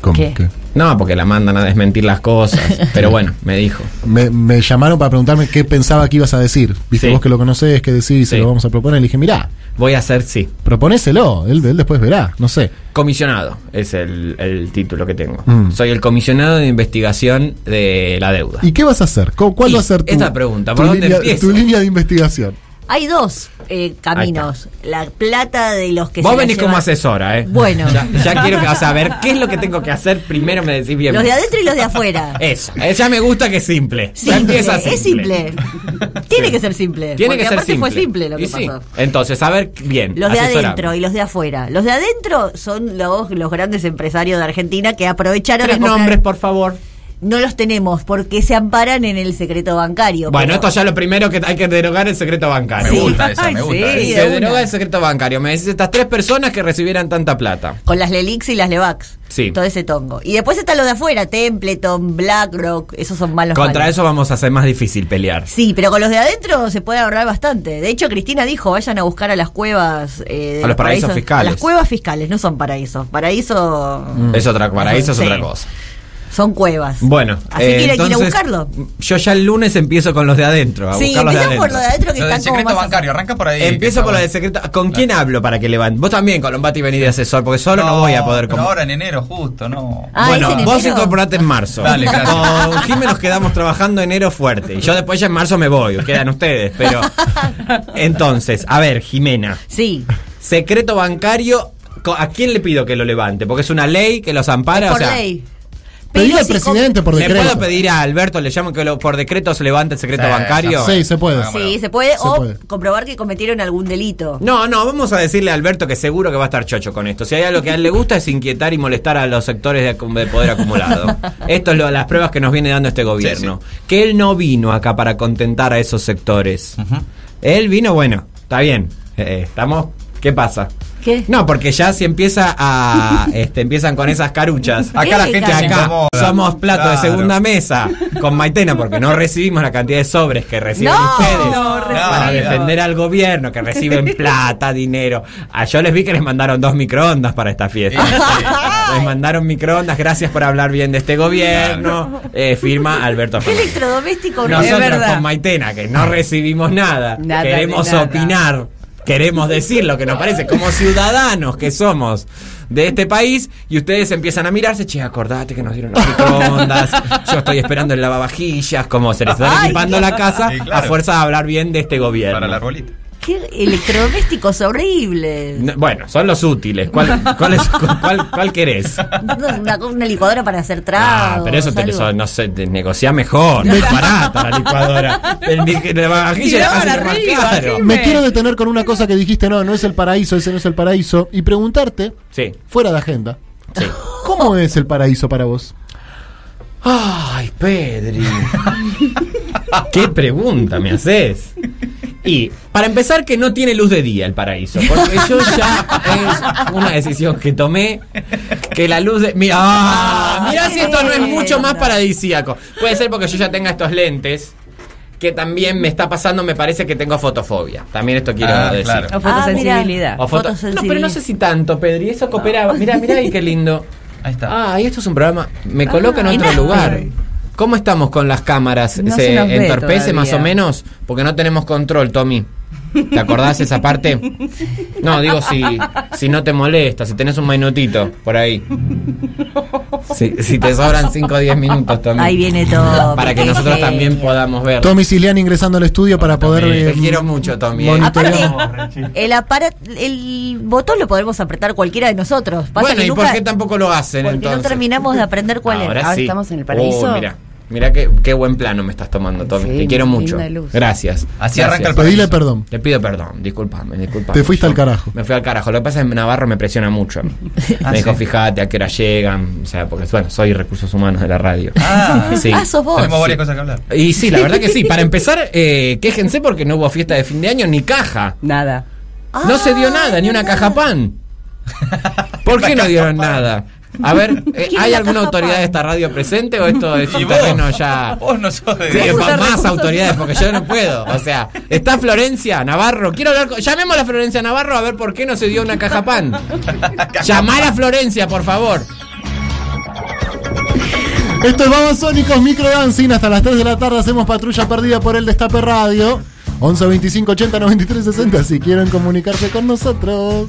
Speaker 2: ¿Cómo? ¿Qué?
Speaker 5: No, porque la mandan a desmentir las cosas. pero bueno, me dijo.
Speaker 2: Me, me llamaron para preguntarme qué pensaba que ibas a decir. Viste
Speaker 5: Sí.
Speaker 2: vos que lo conocés, qué decís, se
Speaker 5: Sí.
Speaker 2: lo vamos a proponer. Le dije, mirá,
Speaker 5: Voy a hacer sí.
Speaker 2: proponéselo, él, él después verá, no sé.
Speaker 5: Comisionado es el, el título que tengo.
Speaker 2: Mm.
Speaker 5: Soy el comisionado de investigación de la deuda.
Speaker 2: ¿Y qué vas a hacer? ¿Cu- ¿Cuál
Speaker 5: Y
Speaker 2: va a ser tu,
Speaker 5: esta pregunta, ¿por
Speaker 2: tu
Speaker 5: dónde
Speaker 2: línea,
Speaker 5: empiezo?
Speaker 2: tu línea de investigación?
Speaker 7: Hay dos eh, caminos. La plata de los que
Speaker 5: Vos
Speaker 7: se la
Speaker 5: venís
Speaker 7: llevan-
Speaker 5: como asesora, ¿eh?
Speaker 7: Bueno.
Speaker 5: Ya, ya quiero que- saber qué es lo que tengo que hacer. Primero me decís bien.
Speaker 7: Los de adentro y los de afuera.
Speaker 5: Eso. eh, Ya me gusta que es simple. Ya
Speaker 7: Simple,
Speaker 5: empieza
Speaker 7: es simple. Tiene que ser simple.
Speaker 5: Tiene
Speaker 7: porque
Speaker 5: que ser
Speaker 7: aparte
Speaker 5: simple.
Speaker 7: fue simple lo que
Speaker 5: Y sí.
Speaker 7: pasó.
Speaker 5: Entonces, a ver, bien.
Speaker 7: Los de
Speaker 5: asesorame.
Speaker 7: adentro y los de afuera. Los de adentro son los, los grandes empresarios de Argentina que aprovecharon.
Speaker 5: Tres
Speaker 7: a comprar-
Speaker 5: nombres, por favor.
Speaker 7: No los tenemos porque se amparan en el secreto bancario.
Speaker 5: Bueno,
Speaker 7: pero-
Speaker 5: esto ya es lo primero que hay que derogar el secreto bancario.
Speaker 6: Me gusta esa, me gusta.
Speaker 7: sí.
Speaker 6: esa.
Speaker 5: Se
Speaker 7: de
Speaker 5: deroga
Speaker 7: una.
Speaker 5: el secreto bancario. Me decís estas tres personas que recibieran tanta plata.
Speaker 7: Con las Lelix y las Levax.
Speaker 5: Sí.
Speaker 7: Todo ese tongo. Y después está lo de afuera, Templeton, BlackRock, esos son malos.
Speaker 5: Contra
Speaker 7: malos.
Speaker 5: eso vamos a hacer más difícil pelear.
Speaker 7: Sí, pero con los de adentro se puede ahorrar bastante. De hecho, Cristina dijo, vayan a buscar a las cuevas... eh, de
Speaker 5: A los paraísos fiscales. Mm.
Speaker 7: A las cuevas fiscales, no son paraísos. Paraíso...
Speaker 5: Es otra, para eso es
Speaker 7: Sí.
Speaker 5: otra cosa.
Speaker 7: Son cuevas.
Speaker 5: Bueno,
Speaker 7: Así
Speaker 5: eh,
Speaker 7: que hay que ir a
Speaker 5: entonces,
Speaker 7: buscarlo.
Speaker 5: Yo ya el lunes empiezo con los de adentro. A
Speaker 7: Sí,
Speaker 5: buscar los de
Speaker 7: empezamos
Speaker 5: adentro.
Speaker 7: por los de adentro que
Speaker 6: Lo del
Speaker 7: están como
Speaker 6: secreto
Speaker 7: más...
Speaker 6: bancario, arranca por ahí.
Speaker 5: Empiezo por
Speaker 6: lo
Speaker 5: lo de secreto. ¿Con quién hablo para que levanten? Vos también, Colombati, venís de asesor, porque solo no, voy a poder.
Speaker 6: Pero
Speaker 5: com-
Speaker 6: ahora en enero, justo, no.
Speaker 7: Ah,
Speaker 5: bueno,
Speaker 7: ¿es en
Speaker 5: vos
Speaker 7: enero?
Speaker 5: incorporate en marzo.
Speaker 6: Dale, gracias.
Speaker 5: Con Jimé nos quedamos trabajando enero fuerte. Y yo después ya en marzo me voy, quedan ustedes. Pero. Entonces, a ver, Jimena.
Speaker 7: Sí,
Speaker 5: Secreto bancario. co- ¿A quién le pido que lo levante? Porque es una ley que los ampara.
Speaker 7: por
Speaker 5: o sea,
Speaker 7: ley.
Speaker 2: Pedile
Speaker 7: Pero
Speaker 2: al
Speaker 7: si
Speaker 2: presidente por
Speaker 5: ¿Le
Speaker 2: decreto.
Speaker 5: puedo pedir a Alberto, le llamo que lo- por decreto se levante el secreto
Speaker 6: Sí,
Speaker 5: bancario?
Speaker 2: Sí, se puede.
Speaker 6: Eh, Hagamos.
Speaker 7: Sí, se puede.
Speaker 2: Se
Speaker 7: o
Speaker 2: puede.
Speaker 7: comprobar que cometieron algún delito.
Speaker 5: No, no, vamos a decirle a Alberto que seguro que va a estar chocho con esto. Si hay algo que a él le gusta es inquietar y molestar a los sectores de, acu- de poder acumulado. Esto es lo, las pruebas que nos viene dando este gobierno. Que él no vino acá para contentar a esos sectores. Él vino, bueno, está bien. Eh, eh, estamos. ¿Qué pasa?
Speaker 7: ¿Qué?
Speaker 5: No, porque ya si empieza a. este, empiezan con esas caruchas.
Speaker 6: Acá la
Speaker 7: ¿Qué?
Speaker 6: gente
Speaker 5: Que
Speaker 6: se
Speaker 5: acá
Speaker 6: incomoda.
Speaker 5: somos plato de
Speaker 6: Claro.
Speaker 5: segunda mesa con Maitena porque no recibimos la cantidad de sobres que reciben
Speaker 7: No,
Speaker 5: ustedes
Speaker 7: no,
Speaker 5: para
Speaker 6: recibimos.
Speaker 5: defender al gobierno que reciben plata, dinero. Ah, yo les vi que les mandaron dos microondas para esta fiesta.
Speaker 6: Sí, sí.
Speaker 5: Les mandaron microondas, gracias por hablar bien de este gobierno. Eh, firma Alberto
Speaker 7: ¿Qué
Speaker 5: Fernández.
Speaker 7: electrodoméstico? no?
Speaker 5: Nosotros
Speaker 7: Es verdad.
Speaker 5: con Maitena, que no recibimos nada,
Speaker 4: Nada de
Speaker 5: queremos
Speaker 4: nada.
Speaker 5: opinar, queremos decir lo que nos parece, como ciudadanos que somos de este país, y ustedes empiezan a mirarse, che, acordate que nos dieron las microondas, yo estoy esperando el lavavajillas, como se les está
Speaker 7: Ay,
Speaker 5: equipando la casa
Speaker 6: Sí, claro.
Speaker 5: a fuerza de hablar bien de este gobierno.
Speaker 6: Para la arbolita.
Speaker 7: ¿Qué electrodomésticos horribles?
Speaker 5: No, bueno, son los útiles. ¿Cuál, cuál, es- cuál- cuál querés?
Speaker 7: Una, una licuadora para hacer tragos.
Speaker 5: Ah, pero eso te,
Speaker 7: algo.
Speaker 5: eso, no sé, te negocia mejor. No es barata la licuadora. El, mic- la vajilla la
Speaker 4: Tiraba
Speaker 5: hacen
Speaker 4: la
Speaker 5: más
Speaker 4: arriba,
Speaker 5: caro.
Speaker 4: arriba.
Speaker 2: Me quiero detener con una cosa que dijiste, no, no es el paraíso, ese no es el paraíso, y preguntarte,
Speaker 5: Sí.
Speaker 2: fuera de agenda,
Speaker 5: Sí.
Speaker 2: ¿cómo es el paraíso para vos?
Speaker 5: Ay, Pedri. ¿Qué pregunta me haces? Y para empezar que no tiene luz de día el paraíso, porque yo ya es una decisión que tomé que la luz de mira, ¡Ah! mira si esto no es mucho más paradisíaco. Puede ser porque yo ya tenga estos lentes que también me está pasando, me parece que tengo fotofobia. También esto quiero
Speaker 6: Ah,
Speaker 5: decir.
Speaker 6: claro.
Speaker 4: O fotosensibilidad.
Speaker 5: O foto- No,
Speaker 7: Fotosensibilidad.
Speaker 5: pero no sé si tanto, Pedri, eso cooperaba. Mira, mira y qué lindo.
Speaker 6: Ahí está.
Speaker 5: Ah, y esto es un programa. Me coloca en otro
Speaker 7: mirá.
Speaker 5: lugar. ¿Cómo estamos con las cámaras?
Speaker 4: No
Speaker 5: ¿Se,
Speaker 4: se nos ve
Speaker 5: entorpece
Speaker 4: todavía.
Speaker 5: más o menos? Porque no tenemos control, Tommy. ¿Te acordás esa parte? No, digo si, si no te molesta, si tenés un minutito por ahí. Si, si te sobran 5 o 10 minutos, Tommy.
Speaker 7: Ahí viene todo.
Speaker 5: Para que
Speaker 7: qué
Speaker 5: nosotros
Speaker 7: genio.
Speaker 5: también podamos ver.
Speaker 2: Tommy Silian ingresando al estudio para poder...
Speaker 5: Tommy, te
Speaker 2: eh,
Speaker 5: quiero mucho, Tommy, eh.
Speaker 4: Ah,
Speaker 2: monitorear.
Speaker 7: Aparte, el, apara- el botón lo podemos apretar cualquiera de nosotros. Pasa
Speaker 5: bueno,
Speaker 7: que
Speaker 5: ¿y
Speaker 7: nunca-
Speaker 5: por qué tampoco lo hacen
Speaker 7: porque
Speaker 5: entonces?
Speaker 7: no terminamos de aprender cuál
Speaker 5: Ahora
Speaker 7: es.
Speaker 5: sí.
Speaker 4: Ah, estamos en el paraíso.
Speaker 5: Oh, mira, mira qué, qué buen plano me estás tomando, Tommy.
Speaker 4: Sí,
Speaker 5: Te quiero
Speaker 4: linda
Speaker 5: mucho.
Speaker 4: luz.
Speaker 5: Gracias.
Speaker 6: Así
Speaker 5: Gracias.
Speaker 6: arranca el
Speaker 2: Pedile perdón.
Speaker 5: Le pido perdón, discúlpame, discúlpame.
Speaker 2: Te fuiste
Speaker 5: Yo
Speaker 2: al carajo.
Speaker 5: Me fui al carajo. Lo que pasa es que Navarro me presiona mucho a mí.
Speaker 6: Ah,
Speaker 5: me dijo,
Speaker 6: sí.
Speaker 5: fíjate a qué hora llegan. O sea, porque bueno, soy recursos humanos de la radio.
Speaker 6: Ah.
Speaker 5: sí.
Speaker 7: Ah, sos vos.
Speaker 6: Tenemos varias
Speaker 5: Sí.
Speaker 6: cosas que hablar.
Speaker 5: Y sí, la verdad que sí. Para empezar, eh, quéjense porque no hubo fiesta de fin de año ni caja.
Speaker 4: Nada.
Speaker 5: Ah, No se dio nada, ni una caja pan. ¿Por qué no dieron nada? A ver, eh,
Speaker 7: ¿Quién
Speaker 5: ¿hay
Speaker 7: la
Speaker 5: alguna
Speaker 7: caja
Speaker 5: autoridad de esta radio presente o esto es
Speaker 6: Y
Speaker 5: un
Speaker 6: vos,
Speaker 5: terreno ya?
Speaker 6: Vos no sos de
Speaker 5: Sí,
Speaker 6: Dios.
Speaker 5: más autoridades, porque yo no puedo. O sea, está Florencia Navarro. Quiero hablar con. Llamemos a Florencia Navarro a ver por qué no se dio una caja pan. Llamar a Florencia, por favor.
Speaker 2: Esto es Babasónicos Micro Dancing. Hasta las 3 de la tarde hacemos patrulla perdida por el Destape Radio. 11 25 80 93 60 si quieren comunicarse con nosotros.